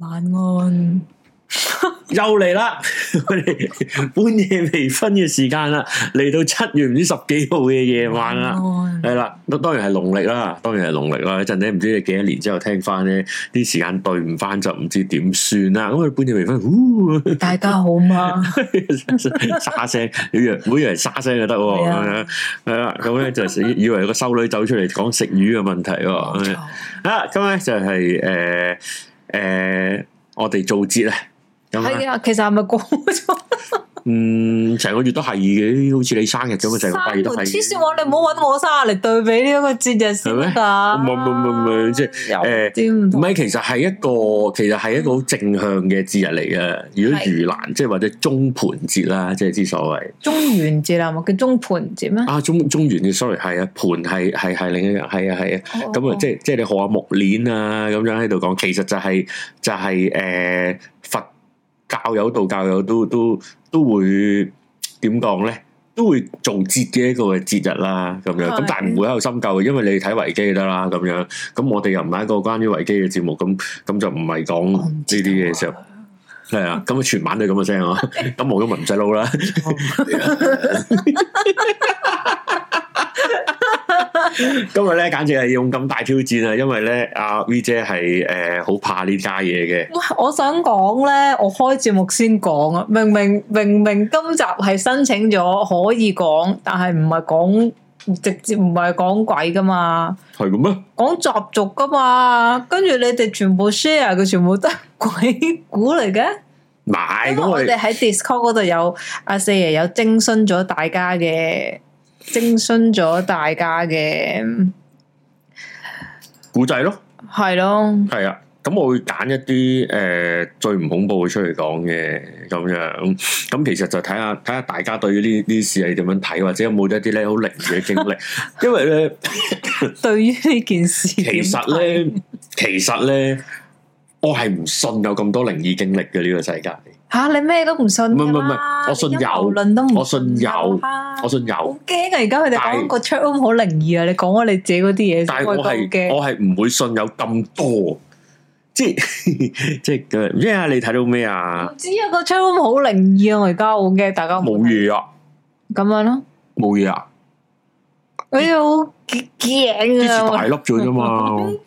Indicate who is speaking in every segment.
Speaker 1: 安。
Speaker 2: 又嚟啦！ 我哋半夜微醺嘅時間啦，嚟到七月唔知十幾號嘅夜晚啦，
Speaker 1: 安。
Speaker 2: 係啦，當然係農曆啦，當然係農曆啦。一陣你唔知你幾多年之後聽翻咧，啲時間對唔翻就唔知點算啦。咁啊，半夜微醺，呼
Speaker 1: 大家好嘛？
Speaker 2: 沙聲，以為每人沙聲就得喎，
Speaker 1: 係
Speaker 2: 咁
Speaker 1: 啊
Speaker 2: 樣係啦。咁咧就 以為有個修女走出嚟講食魚嘅問題喎。
Speaker 1: 冇
Speaker 2: 咁樣
Speaker 1: 錯
Speaker 2: 啊，咁咧就係誒誒，我哋做節啊，咁樣
Speaker 1: 係啊，其實係咪 講咗？
Speaker 2: 嗯，成個月都係嘅，好似你生日咁啊，成個月
Speaker 1: 三
Speaker 2: 都
Speaker 1: 門黐
Speaker 2: 係嘅。
Speaker 1: 線喎！你唔好揾我生日嚟對比呢一個節日先得㗎。
Speaker 2: 係咩唔唔唔唔唔即係誒
Speaker 1: 誒
Speaker 2: 唔係，其實係一個，其實係一個好正向嘅節日嚟嘅。如果
Speaker 1: 係
Speaker 2: 盂蘭，即係或者中盤節啦，即係之所謂
Speaker 1: 中元節啦，係咪叫中盤節咩？
Speaker 2: 啊，中中元節，sorry，係啊，盤係係係另一樣，係啊係啊。
Speaker 1: 哦
Speaker 2: 咁啊，即係即係你學下木鏈啊，咁樣喺度講，其實就係、就係、誒、佛教友、道教友都都都會點講咧？都會做節嘅一個節日啦，咁樣咁
Speaker 1: 係，
Speaker 2: 但係唔會喺度深究嘅，因為你睇維基就得啦，咁樣咁我哋又唔係一個關於維基嘅節目，咁咁就唔係講
Speaker 1: 我
Speaker 2: 呢
Speaker 1: 唔知道
Speaker 2: 啲嘢
Speaker 1: 啊嗯
Speaker 2: 嘅時候，係啊，咁啊全晚都係咁嘅聲 啊，咁黃毓民唔使撈啦，
Speaker 1: 哦
Speaker 2: 今日咧簡直係勇敢大挑戰啊，因為咧阿 V 姐係誒好怕呢家嘢嘅。
Speaker 1: 喂，我想講咧，我開節目先講啊！明明明明今集係申請咗可以講，但係唔係講直接唔係講鬼噶嘛，
Speaker 2: 係咁咩？
Speaker 1: 講習俗噶嘛。跟住你哋全部 share 嘅全部都係鬼故嚟嘅，
Speaker 2: 唔係
Speaker 1: 因為
Speaker 2: 咁
Speaker 1: 我
Speaker 2: 我
Speaker 1: 哋
Speaker 2: 哋
Speaker 1: 喺 Discord 嗰度有阿四爺有徵詢咗大家嘅徵詢咗大家嘅
Speaker 2: 古仔咯，
Speaker 1: 係 咯，
Speaker 2: 係啊。咁我會揀一啲誒、呃最唔恐怖嘅出嚟講嘅咁樣。咁其實就睇下睇下大家對於呢呢啲事係點樣睇，或者有冇一啲咧好靈異嘅 經歷。因為咧，
Speaker 1: 對於呢件事
Speaker 2: 其實
Speaker 1: 點睇
Speaker 2: 咧， 其實咧，我係唔信有咁多靈異經歷嘅呢、個世界。
Speaker 1: 吓你咩都唔信
Speaker 2: 唔係
Speaker 1: 㗎
Speaker 2: 唔係唔
Speaker 1: 啦
Speaker 2: 係我信
Speaker 1: 你
Speaker 2: 有
Speaker 1: 陰謀論都唔
Speaker 2: 我信有
Speaker 1: 㗎啦
Speaker 2: 我信
Speaker 1: 好
Speaker 2: 有，
Speaker 1: 驚啊！而家佢哋
Speaker 2: 但係
Speaker 1: 講個 chat room 好靈異啊！你講咗你自己嗰啲嘢
Speaker 2: 但
Speaker 1: 先，
Speaker 2: 係我
Speaker 1: 覺得好
Speaker 2: 係
Speaker 1: 驚。
Speaker 2: 我係唔會信有咁多。即係 即係嘅咩啊？你睇到咩啊
Speaker 1: 唔？知啊，個 chat room 好靈異啊！我而家好驚，大家
Speaker 2: 冇嘢啊，
Speaker 1: 咁樣咯。
Speaker 2: 冇嘢啊，
Speaker 1: 哎呀，好驚
Speaker 2: 啲事大
Speaker 1: 啊！
Speaker 2: 粒咗啫 嘛。
Speaker 1: 我黐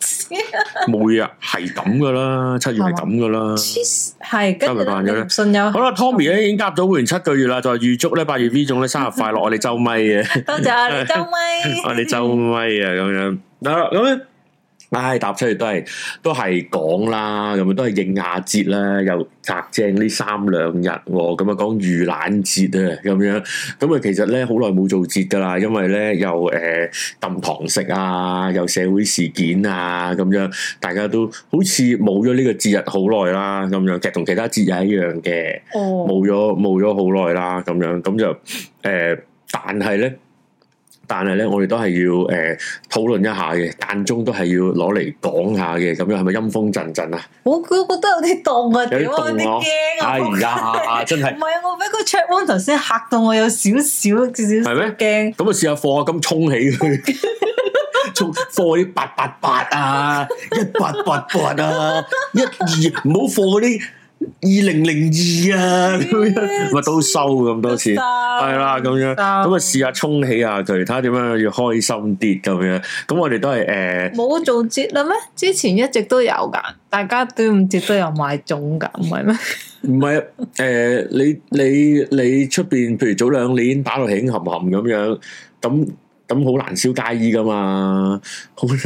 Speaker 2: 冇嘢啊，係咁噶啦，七月係咁噶啦。
Speaker 1: 線係跟住
Speaker 2: 今日扮
Speaker 1: 咧
Speaker 2: 咗
Speaker 1: 你
Speaker 2: 啦
Speaker 1: 唔信有
Speaker 2: 好啦，Tommy 咧已經夾咗會員七個月啦，就係預祝咧八月 V 總咧生日快樂，我哋周咪嘅，
Speaker 1: 多謝啊你周 咪，
Speaker 2: 我哋哦周咪啊咁樣。嗱咁咧，唉，搭出嚟都係都係講啦，咁樣都係應下節啦，又拆正呢三兩日喎，咁啊講盂蘭節啊咁樣，咁啊其實咧好耐冇做節噶啦，因為咧又誒揼堂食啊，又社會事件啊咁樣。大家都好似冇咗呢個節日好耐啦，咁樣其實同其他節日一樣嘅，
Speaker 1: 哦
Speaker 2: 冇咗冇咗好耐啦，咁樣咁就誒、呃但係咧，但係咧，我哋都係要誒討論一下嘅，間中都係要攞嚟講下嘅，咁樣係咪陰風陣陣啊？
Speaker 1: 我我覺得有啲凍啊，
Speaker 2: 有啲
Speaker 1: 點啊，有啲
Speaker 2: 凍啊
Speaker 1: 驚啊！
Speaker 2: 哎呀，真係
Speaker 1: 唔係啊！我俾個 chat room 頭先嚇到我有少少少少
Speaker 2: 係咩
Speaker 1: 驚。
Speaker 2: 咁啊試下課金衝起佢。 衝課啲八八八啊，一八八八啊，一二唔好課嗰啲二零零二啊，咁樣咪都收咁多錢。係
Speaker 1: 係
Speaker 2: 啦，咁樣咁啊，試
Speaker 1: 下
Speaker 2: 下沖起下佢，睇下點樣要開心啲咁樣。咁我哋都係誒
Speaker 1: 冇做節啦咩？之前一直都有噶，大家端午節都有買粽噶，唔係咩？
Speaker 2: 唔係誒，你你你出邊，譬如早兩年打到起冚冚咁樣，咁咁好難燒街衣噶嘛， 好難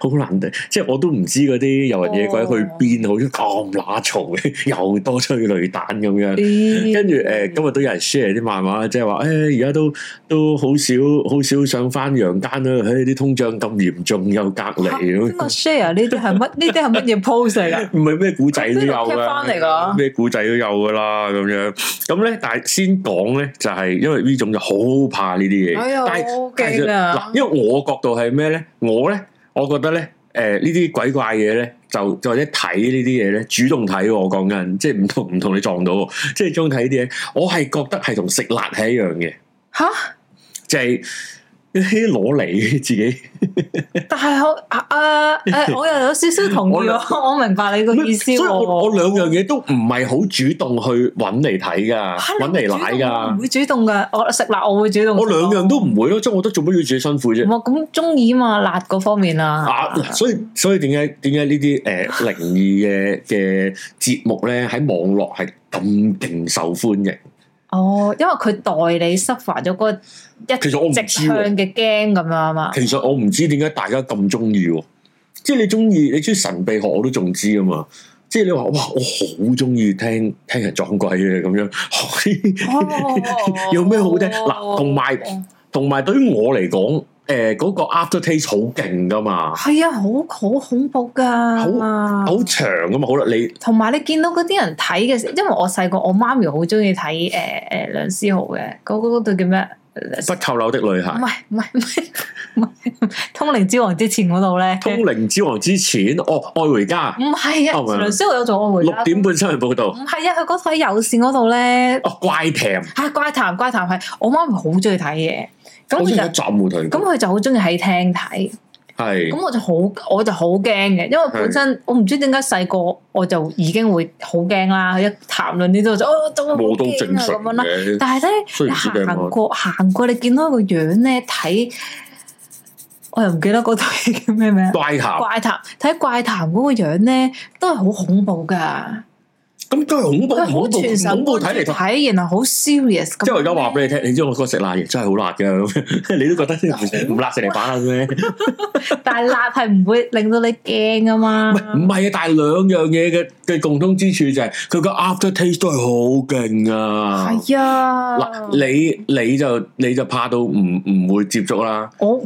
Speaker 2: 好難地，即係我都唔知嗰啲遊魂野鬼去邊，好似咁乸嘈嘅， 又多催淚彈咁樣。 跟住誒、今日都有人 share 啲漫畫，即係話誒，而家都都好少好少想翻陽間啦，誒啲通脹咁嚴重，又隔離咁
Speaker 1: 邊，個 share 呢啲係乜？呢啲係乜嘢 post 嚟噶？
Speaker 2: 唔係咩古仔都有
Speaker 1: 邊個 cap 翻 嚟
Speaker 2: 噶，
Speaker 1: 㗎
Speaker 2: 咩古仔都有噶啦咁樣。咁咧，但係先講咧，就係、因為呢種就好怕呢啲嘢，
Speaker 1: 哎呀，好
Speaker 2: 但係但係就
Speaker 1: 驚啊
Speaker 2: 嗱，！因為我角度係咩咧？我咧，我覺得咧，誒呢啲鬼怪嘢咧，就就或者睇呢啲嘢咧，主動睇喎我講緊，即係唔同 唔同你撞到喎，即係中意睇呢啲嘢，我係覺得係同食辣係一樣嘅，
Speaker 1: 吓，
Speaker 2: 就係、攞嚟 自己。
Speaker 1: 但係我啊啊 誒，我又有少少同意喎， 我明白你個意思
Speaker 2: 所以我我
Speaker 1: 喎。
Speaker 2: 兩樣嘢都唔係好主動去揾嚟睇噶，
Speaker 1: 嚇
Speaker 2: 揾嚟奶
Speaker 1: 你會主動我唔會主動
Speaker 2: 噶。
Speaker 1: 噶。我食辣我會嗯主動食
Speaker 2: 我
Speaker 1: 咯。
Speaker 2: 兩樣都唔會咯，即係我覺得做乜要自己辛苦啫
Speaker 1: 唔。係咁中意啊嘛，辣嗰方面啦。
Speaker 2: 啊，所以所以點解點解呢啲誒靈異嘅嘅節目咧喺網絡係咁勁受歡迎？
Speaker 1: 哦，因為佢代理 suffer 咗嗰一
Speaker 2: 其實我唔知
Speaker 1: 直向
Speaker 2: 喎，
Speaker 1: 嘅驚咁樣啊嘛。
Speaker 2: 其實我唔知點解大家咁中意喎。即係你中意你中意神秘學，我都仲知啊嘛。即係你話哇，我好中意聽聽人撞鬼嘅咁樣。
Speaker 1: 哦
Speaker 2: 有咩好啫嗱同埋
Speaker 1: 哦
Speaker 2: 同埋對於我嚟講，誒、呃嗰個 after taste 好勁噶嘛，
Speaker 1: 係啊，好好恐怖㗎，
Speaker 2: 好長噶嘛。好啦，你
Speaker 1: 同埋你見到嗰啲人睇嘅時，因為我細個我媽咪好中意睇誒誒梁思浩嘅嗰嗰嗰對叫咩？
Speaker 2: 不扣樓的女
Speaker 1: 唔
Speaker 2: 孩。
Speaker 1: 係唔係唔係唔係《通靈之王》之前嗰度咧，
Speaker 2: 通靈之王之前，哦，愛回家
Speaker 1: 唔係
Speaker 2: 哦唔係
Speaker 1: 啊，梁思浩有做我回
Speaker 2: 六
Speaker 1: 家，
Speaker 2: 點半新聞報道。
Speaker 1: 唔係啊，佢嗰套喺有線嗰度咧，
Speaker 2: 哦，怪甜，
Speaker 1: 嚇怪談怪談係我媽咪好中意睇嘅，咁
Speaker 2: 我
Speaker 1: 佢
Speaker 2: 先
Speaker 1: 就
Speaker 2: 睇嗯站冇睇
Speaker 1: 咁
Speaker 2: 過，
Speaker 1: 佢就好中意喺廳睇。
Speaker 2: 係
Speaker 1: 咁我就好，我就好驚嘅，因為本身我唔知點解細個我就已經會好驚啦。一談論呢啲我就哦，都好
Speaker 2: 我都
Speaker 1: 驚
Speaker 2: 正
Speaker 1: 啊
Speaker 2: 常
Speaker 1: 咁樣啦。
Speaker 2: 嘅，
Speaker 1: 但係咧，
Speaker 2: 雖
Speaker 1: 你
Speaker 2: 然唔知驚啊
Speaker 1: 行
Speaker 2: 乜，
Speaker 1: 過行過，你見到個樣咧睇，我又唔記得嗰套嘢叫咩名。
Speaker 2: 怪談
Speaker 1: 怪談睇怪談嗰個樣咧，都係好恐怖噶，
Speaker 2: 咁都係恐怖，
Speaker 1: 佢
Speaker 2: 唔
Speaker 1: 好
Speaker 2: 恐怖，
Speaker 1: 全神
Speaker 2: 恐怖睇嚟睇。
Speaker 1: 睇，然後好 serious 咁。
Speaker 2: 即係我而家話俾你聽，你知我嗰個食辣嘢真係好辣嘅，咁 你都覺 得唔唔辣食嚟反啦咩？唔
Speaker 1: 但係辣係唔會令到你驚噶嘛。
Speaker 2: 係唔係啊，但係兩樣嘢嘅嘅共通之處就係佢個 after taste 都係好勁啊！
Speaker 1: 係啊，
Speaker 2: 嗱，你你就你就怕到唔唔會接觸啦，
Speaker 1: 我 我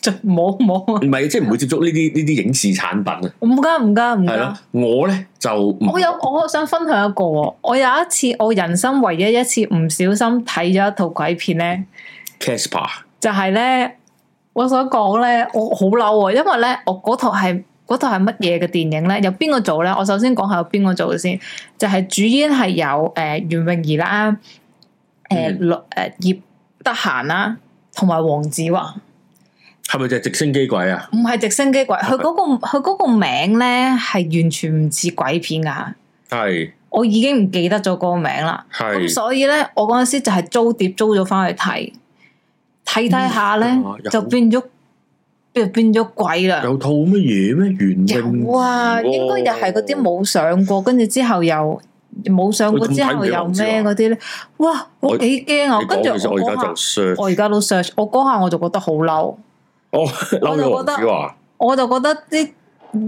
Speaker 1: 就冇冇啊！
Speaker 2: 唔係即係唔會接觸呢啲呢啲影視產品啊，
Speaker 1: 唔噶唔噶唔
Speaker 2: 係咯
Speaker 1: 噶！，
Speaker 2: 我咧就唔
Speaker 1: 啊我有我想分享一個喎，我有一次我人生唯一一次唔小心睇咗一套鬼片咧，
Speaker 2: Casper
Speaker 1: 就係咧我想講咧，我好嬲啊，因為咧我嗰套係嗰套係乜嘢嘅電影咧？有邊個做咧？我首先講下有邊個做先，就係、主演係有誒、呃袁詠儀啦，誒
Speaker 2: 嗯
Speaker 1: 陸誒葉德嫻啦，同埋黃子華。
Speaker 2: 係咪就係直升機鬼啊？
Speaker 1: 唔係直升機鬼，佢嗰、個佢嗰個名咧係完全唔似鬼片噶，
Speaker 2: 係
Speaker 1: 我已經唔記得咗嗰個名啦。咁
Speaker 2: 係
Speaker 1: 所以咧，我嗰陣時就係租碟租咗翻去睇，睇睇下咧
Speaker 2: 嗯啊有
Speaker 1: 就變咗就變咗鬼啦。
Speaker 2: 有套乜嘢咩？袁詠
Speaker 1: 啊有啊，
Speaker 2: 儀喎
Speaker 1: 應該又係嗰啲冇上過，跟住之後又冇上過
Speaker 2: 喂咁
Speaker 1: 之
Speaker 2: 睇唔
Speaker 1: 後
Speaker 2: 起
Speaker 1: 又
Speaker 2: 黃子華
Speaker 1: 咩嗰啲咧，哇！我
Speaker 2: 我
Speaker 1: 幾驚啊！
Speaker 2: 你
Speaker 1: 跟
Speaker 2: 講
Speaker 1: 住
Speaker 2: 其實我
Speaker 1: 我
Speaker 2: 而家
Speaker 1: 嗰
Speaker 2: 就
Speaker 1: 下，
Speaker 2: search，
Speaker 1: 我而家都 search，我嗰下我就覺得好嬲。
Speaker 2: 哦，嬲咗黃子華，
Speaker 1: 我就覺得啲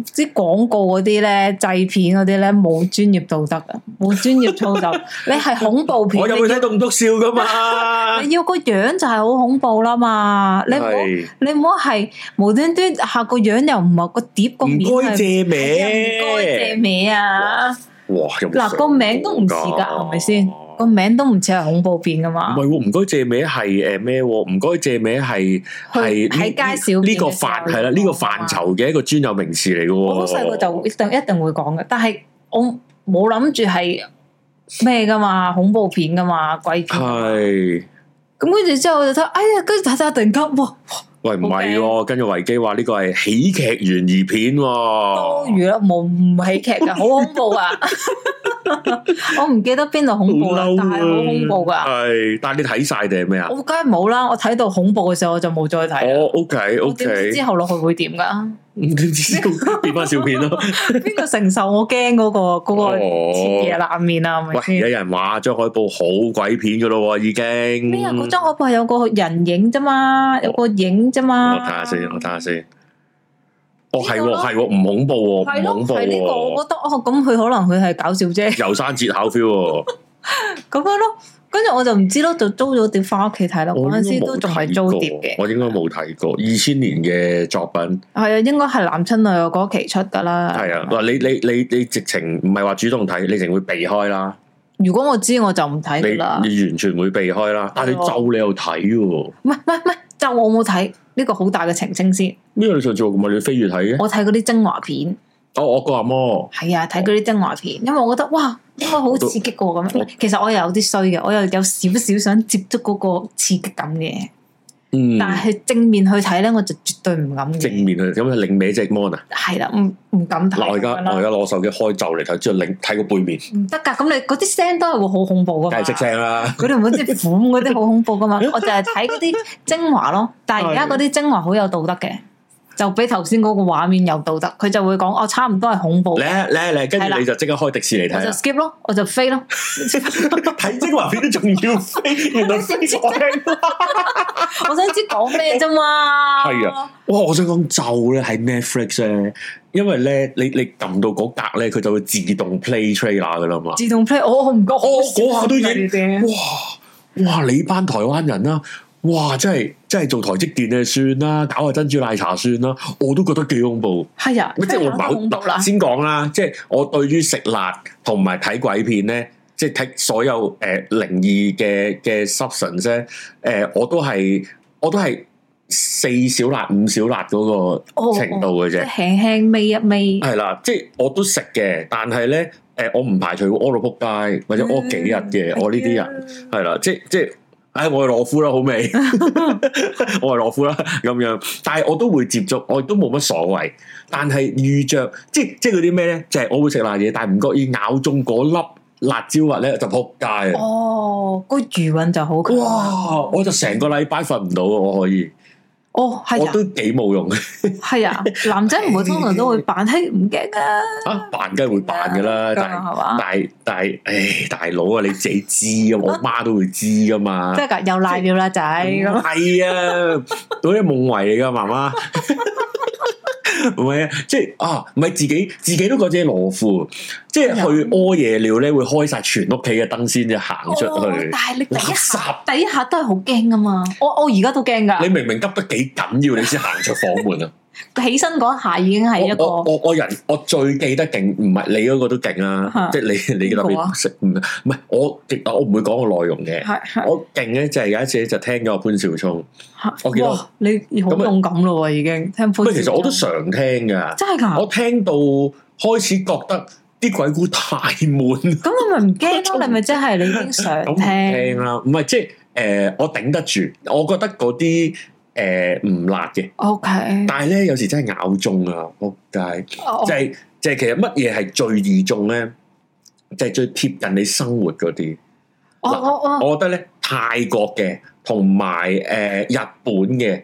Speaker 1: 啲廣告嗰啲咧，製片嗰啲咧冇專業道德啊，冇專業操 守。你係恐怖片，
Speaker 2: 我有
Speaker 1: 你
Speaker 2: 冇睇棟篤笑噶 嘛？
Speaker 1: 你要個樣就係好恐怖啦嘛！你唔好
Speaker 2: 係
Speaker 1: 你唔好係無端端下個樣又唔係個碟個面
Speaker 2: 唔該
Speaker 1: 係
Speaker 2: 借
Speaker 1: 係啊唔該借
Speaker 2: 名，
Speaker 1: 名啊！
Speaker 2: 哇！有冇
Speaker 1: 嗱個名都唔似㗎，係咪先？個
Speaker 2: 唔
Speaker 1: 名都唔似係恐怖片噶嘛
Speaker 2: 係。喎，唔該借名係誒咩喎？唔該借名係
Speaker 1: 去
Speaker 2: 係
Speaker 1: 喺
Speaker 2: 呢
Speaker 1: 街小
Speaker 2: 呢個
Speaker 1: 便嘅時候
Speaker 2: 範係啦，呢個
Speaker 1: 講啊
Speaker 2: 範疇嘅一個專有名詞嚟嘅喎。
Speaker 1: 我好細個就一定一定會講嘅，但係我冇諗住係咩噶嘛，恐怖片噶嘛，鬼片。
Speaker 2: 係。
Speaker 1: 咁跟住之後我就睇，哎呀，跟住睇睇下突然間，哇，
Speaker 2: 喂，唔係
Speaker 1: 好
Speaker 2: 喎，跟住維基話呢個係喜劇懸疑片
Speaker 1: 多
Speaker 2: 喎，
Speaker 1: 餘啦，冇唔喜劇噶，好恐怖 啊！我唔記得邊度恐怖啦，但係好恐怖噶。
Speaker 2: 係，但係你睇晒定係咩啊？
Speaker 1: 我梗係冇啦，我睇到恐怖嘅時候我就冇再睇啦。
Speaker 2: 哦，OK
Speaker 1: 啊我點知啊
Speaker 2: OK，
Speaker 1: 之後落去會點噶？
Speaker 2: 唔知之後變翻笑片咯。
Speaker 1: 邊個承受 我啊驚嗰個嗰個徹夜
Speaker 2: 哦，
Speaker 1: 冷面啊？係咪
Speaker 2: 喂，有
Speaker 1: 先？
Speaker 2: 人話張海報好鬼片噶咯喎，已經。
Speaker 1: 咩啊？嗰張海報係有個人影啫嘛，有個影啫
Speaker 2: 哦我
Speaker 1: 嘛。
Speaker 2: 睇下先，我睇下先。哦，係
Speaker 1: 啊呢個
Speaker 2: 喎，
Speaker 1: 咯
Speaker 2: 係喎，唔恐怖
Speaker 1: 係咯，
Speaker 2: 喎，唔恐怖
Speaker 1: 係呢個，我
Speaker 2: 喎。
Speaker 1: 覺得哦，咁佢可能佢係搞笑啫，
Speaker 2: 遊山節考 feel 喎，
Speaker 1: 咁樣咯。跟住我就唔知咯，就租咗碟翻屋企睇咯。
Speaker 2: 我
Speaker 1: 嗰陣
Speaker 2: 應
Speaker 1: 時
Speaker 2: 該
Speaker 1: 都
Speaker 2: 冇
Speaker 1: 仲係
Speaker 2: 睇
Speaker 1: 租
Speaker 2: 過
Speaker 1: 碟嘅，
Speaker 2: 我應該冇睇過二千年嘅作品。
Speaker 1: 係啊，應該係男親女愛嗰期出噶啦。
Speaker 2: 係啊，嗱，你你你你直情唔係話主動睇，你淨會避開啦，
Speaker 1: 如果我知我就唔睇
Speaker 2: 你
Speaker 1: 噶啦。
Speaker 2: 你完全會避開啦。但係你
Speaker 1: 係喎
Speaker 2: 咒你又睇喎，
Speaker 1: 唔係唔係唔係，就我冇睇呢個好大嘅澄清先。
Speaker 2: 咩你上次唔係你飛越睇嘅？
Speaker 1: 我睇嗰啲精華片，
Speaker 2: 哦，我個阿媽，
Speaker 1: 係啊，睇嗰啲精華片，因為我覺得哇，應該好刺激個咁樣。其實我又有啲衰嘅，我又有少少想接觸嗰個刺激感嘅。
Speaker 2: 嗯，
Speaker 1: 但係正面去睇咧，我就絕對唔敢
Speaker 2: 正
Speaker 1: 嘅。
Speaker 2: 面去咁係擰歪隻 mon 啊！
Speaker 1: 係啦，唔唔敢睇
Speaker 2: 嗱，我而
Speaker 1: 咁
Speaker 2: 家
Speaker 1: 樣
Speaker 2: 我
Speaker 1: 啦，
Speaker 2: 而家攞手機開就嚟睇，之後擰睇個背面，
Speaker 1: 唔得㗎。咁你嗰啲聲都係會好恐怖㗎
Speaker 2: 梗
Speaker 1: 嘛
Speaker 2: 係。識聲啦。
Speaker 1: 佢哋唔會即係苦嗰啲好恐怖噶 嘛，我就係睇嗰啲精華咯。但係而家嗰啲精華好有道德嘅，就比頭先嗰個畫面有道德。佢就會講哦，差唔多係恐怖，
Speaker 2: 咧咧咧，啊跟
Speaker 1: 係
Speaker 2: 住
Speaker 1: 啦
Speaker 2: 你就即刻開迪士尼
Speaker 1: 我
Speaker 2: 睇
Speaker 1: 就
Speaker 2: 啦。
Speaker 1: skip 咯，我就飛咯。
Speaker 2: 睇精華片都仲要飛，原來飛咗。
Speaker 1: 我想知講咩啫嘛？
Speaker 2: 係啊， 哇！我想講就咧喺 Netflix 咧，因為咧你你撳到嗰格咧，佢就會自動 play trailer 噶啦嘛。
Speaker 1: 自動 play，我我唔覺，
Speaker 2: 我哦嗰下都已經
Speaker 1: 經
Speaker 2: 哇哇！你班台灣人啦、啊哇！真係真係做台積電嘅算啦，搞下珍珠奶茶算啦，我都覺得幾恐怖。
Speaker 1: 係啊，
Speaker 2: 喂即係我
Speaker 1: 好恐怖啦
Speaker 2: 某。先講啦，即係我對於食辣同埋睇鬼片咧，即係睇所有誒、呃、靈異嘅嘅 substance 咧，誒、我都係我都係四小辣五小辣嗰
Speaker 1: 哦
Speaker 2: 個程度嘅
Speaker 1: 即
Speaker 2: 啫
Speaker 1: 係，輕輕微一微，
Speaker 2: 係啦、即係我都食嘅，但係咧誒，我唔排除會屙到仆街
Speaker 1: 嗯
Speaker 2: 或者屙幾日嘅，
Speaker 1: 啊
Speaker 2: 我呢啲人。
Speaker 1: 人
Speaker 2: 係啦，即即唉，我係懦夫啦，好未？我係懦夫啦，咁樣。但係我都會接觸，我亦都冇乜所謂。但係遇着即即嗰啲咩咧，就係、我會食辣嘢，但係唔覺意咬中嗰粒辣椒核咧，就撲街啊！
Speaker 1: 哦，個餘韻就好強。
Speaker 2: 哇！我就成個禮拜瞓唔到啊！我可以，
Speaker 1: 哦，係
Speaker 2: 我
Speaker 1: 啊。
Speaker 2: 都幾冇用
Speaker 1: 係 啊，男仔唔會通常都會扮嘿唔驚啊，
Speaker 2: 啊！扮梗係會扮噶啦，
Speaker 1: 咁
Speaker 2: 但
Speaker 1: 啊
Speaker 2: 係
Speaker 1: 係嘛，
Speaker 2: 但係但係，唉，大佬啊，你自己知啊，我媽都會知噶嘛
Speaker 1: 即。係㗎又賴尿啦仔
Speaker 2: 嗯
Speaker 1: 咁，
Speaker 2: 係啊，嗰啲夢遺嚟噶，媽媽。 唔係啊，即係啊，唔係自己自己都覺得自己懦夫，即係去屙夜尿咧，會開晒全屋企嘅燈先至行出
Speaker 1: 哦
Speaker 2: 去。
Speaker 1: 但係你第一
Speaker 2: 垃
Speaker 1: 下
Speaker 2: 圾
Speaker 1: 第一下都係好驚噶嘛，我我而家都驚
Speaker 2: 你
Speaker 1: 㗎，
Speaker 2: 明明急得幾緊要，你先行出房門啊！
Speaker 1: 起身嗰一下已經係一
Speaker 2: 我我
Speaker 1: 個
Speaker 2: 我我人我最記得勁，唔係你嗰個都勁啦
Speaker 1: 嚇，
Speaker 2: 即係你你嘅特
Speaker 1: 邊個啊
Speaker 2: 別識唔唔係我極啊我唔會講個內容嘅。
Speaker 1: 係係
Speaker 2: 我勁咧就係有一次就聽咗阿潘少聰，我記得
Speaker 1: 哇，你好勇敢咯喎已經，聽潘
Speaker 2: 不過其實我都
Speaker 1: 少
Speaker 2: 常聽㗎。
Speaker 1: 聰真係㗎，
Speaker 2: 我聽到開始覺得啲鬼故太 悶，
Speaker 1: 咁你咪唔驚咯，你咪即係你已經想
Speaker 2: 咁唔
Speaker 1: 聽
Speaker 2: 聽啦。唔係即係誒、呃我頂得住。我覺得嗰啲誒唔辣嘅，
Speaker 1: ，OK，Ờ,
Speaker 2: 但係咧有時真係咬中啊！仆街，
Speaker 1: 哦
Speaker 2: 就係、就係、其實乜嘢係最易中咧？就係、最貼近你生活嗰啲。
Speaker 1: 我我我
Speaker 2: 我覺得咧，泰國嘅同埋誒日本嘅，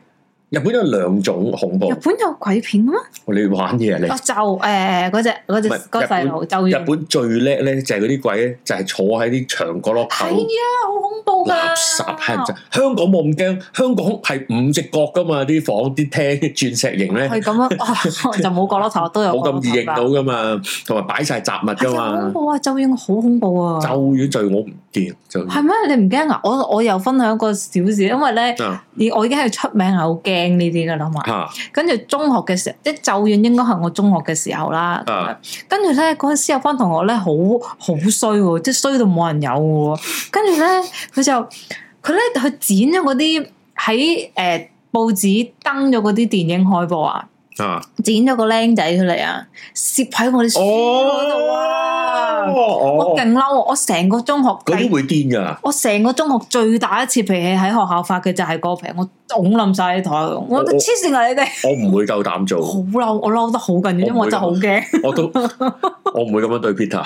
Speaker 2: 日本有兩種恐怖
Speaker 1: 日。本有鬼片嘅咩？
Speaker 2: 你玩嘢啊你
Speaker 1: 哦？就誒嗰隻嗰隻
Speaker 2: 唔係
Speaker 1: 嗰個
Speaker 2: 日本
Speaker 1: 細路就
Speaker 2: 日本最叻咧就係嗰啲鬼咧，就係坐喺啲牆角落
Speaker 1: 係
Speaker 2: 頭。
Speaker 1: 啊，好恐怖噶！
Speaker 2: 垃圾係唔香港冇咁驚，香港係五隻角噶嘛，啲房啲廳啲鑽石型咧
Speaker 1: 係咁樣，哦就冇角落頭都有
Speaker 2: 冇咁易認
Speaker 1: 角
Speaker 2: 到
Speaker 1: 落頭㗎
Speaker 2: 噶嘛，同埋擺晒雜物噶
Speaker 1: 係啊，好恐
Speaker 2: 嘛。
Speaker 1: 怖啊！咒怨好恐怖啊！
Speaker 2: 咒語罪我唔掂，就
Speaker 1: 係咩？你唔驚啊？我我又分享個小事，因為咧，
Speaker 2: 啊
Speaker 1: 而我已經係出名係好驚呢啲噶啦嘛。
Speaker 2: 嚇
Speaker 1: 跟住中學嘅時候，即係咒怨應該係我中學嘅時候啦。咁樣
Speaker 2: 啊
Speaker 1: 跟住咧，嗰陣時有班同學咧，好好衰喎，即係衰到冇人有嘅喎。跟住咧，佢就佢咧，佢剪咗嗰啲喺誒報紙登咗嗰啲電影開播啊。
Speaker 2: 啊！
Speaker 1: 剪咗個僆仔出嚟啊，攝喺我哋書嗰度啊！我
Speaker 2: 哦哦，
Speaker 1: 勁嬲啊！我成個中學
Speaker 2: 嗰啲
Speaker 1: 第
Speaker 2: 會癲噶，
Speaker 1: 我成個中學最大一次脾氣喺學校發嘅就係嗰個脾氣，我拱冧晒啲台，我覺得黐
Speaker 2: 我
Speaker 1: 線啊！你哋
Speaker 2: 我唔會夠膽
Speaker 1: 好
Speaker 2: 做，
Speaker 1: 嬲，我嬲得好緊要，因為
Speaker 2: 我唔
Speaker 1: 我
Speaker 2: 會
Speaker 1: 真係好驚。
Speaker 2: 我都我唔會咁樣對 Peter，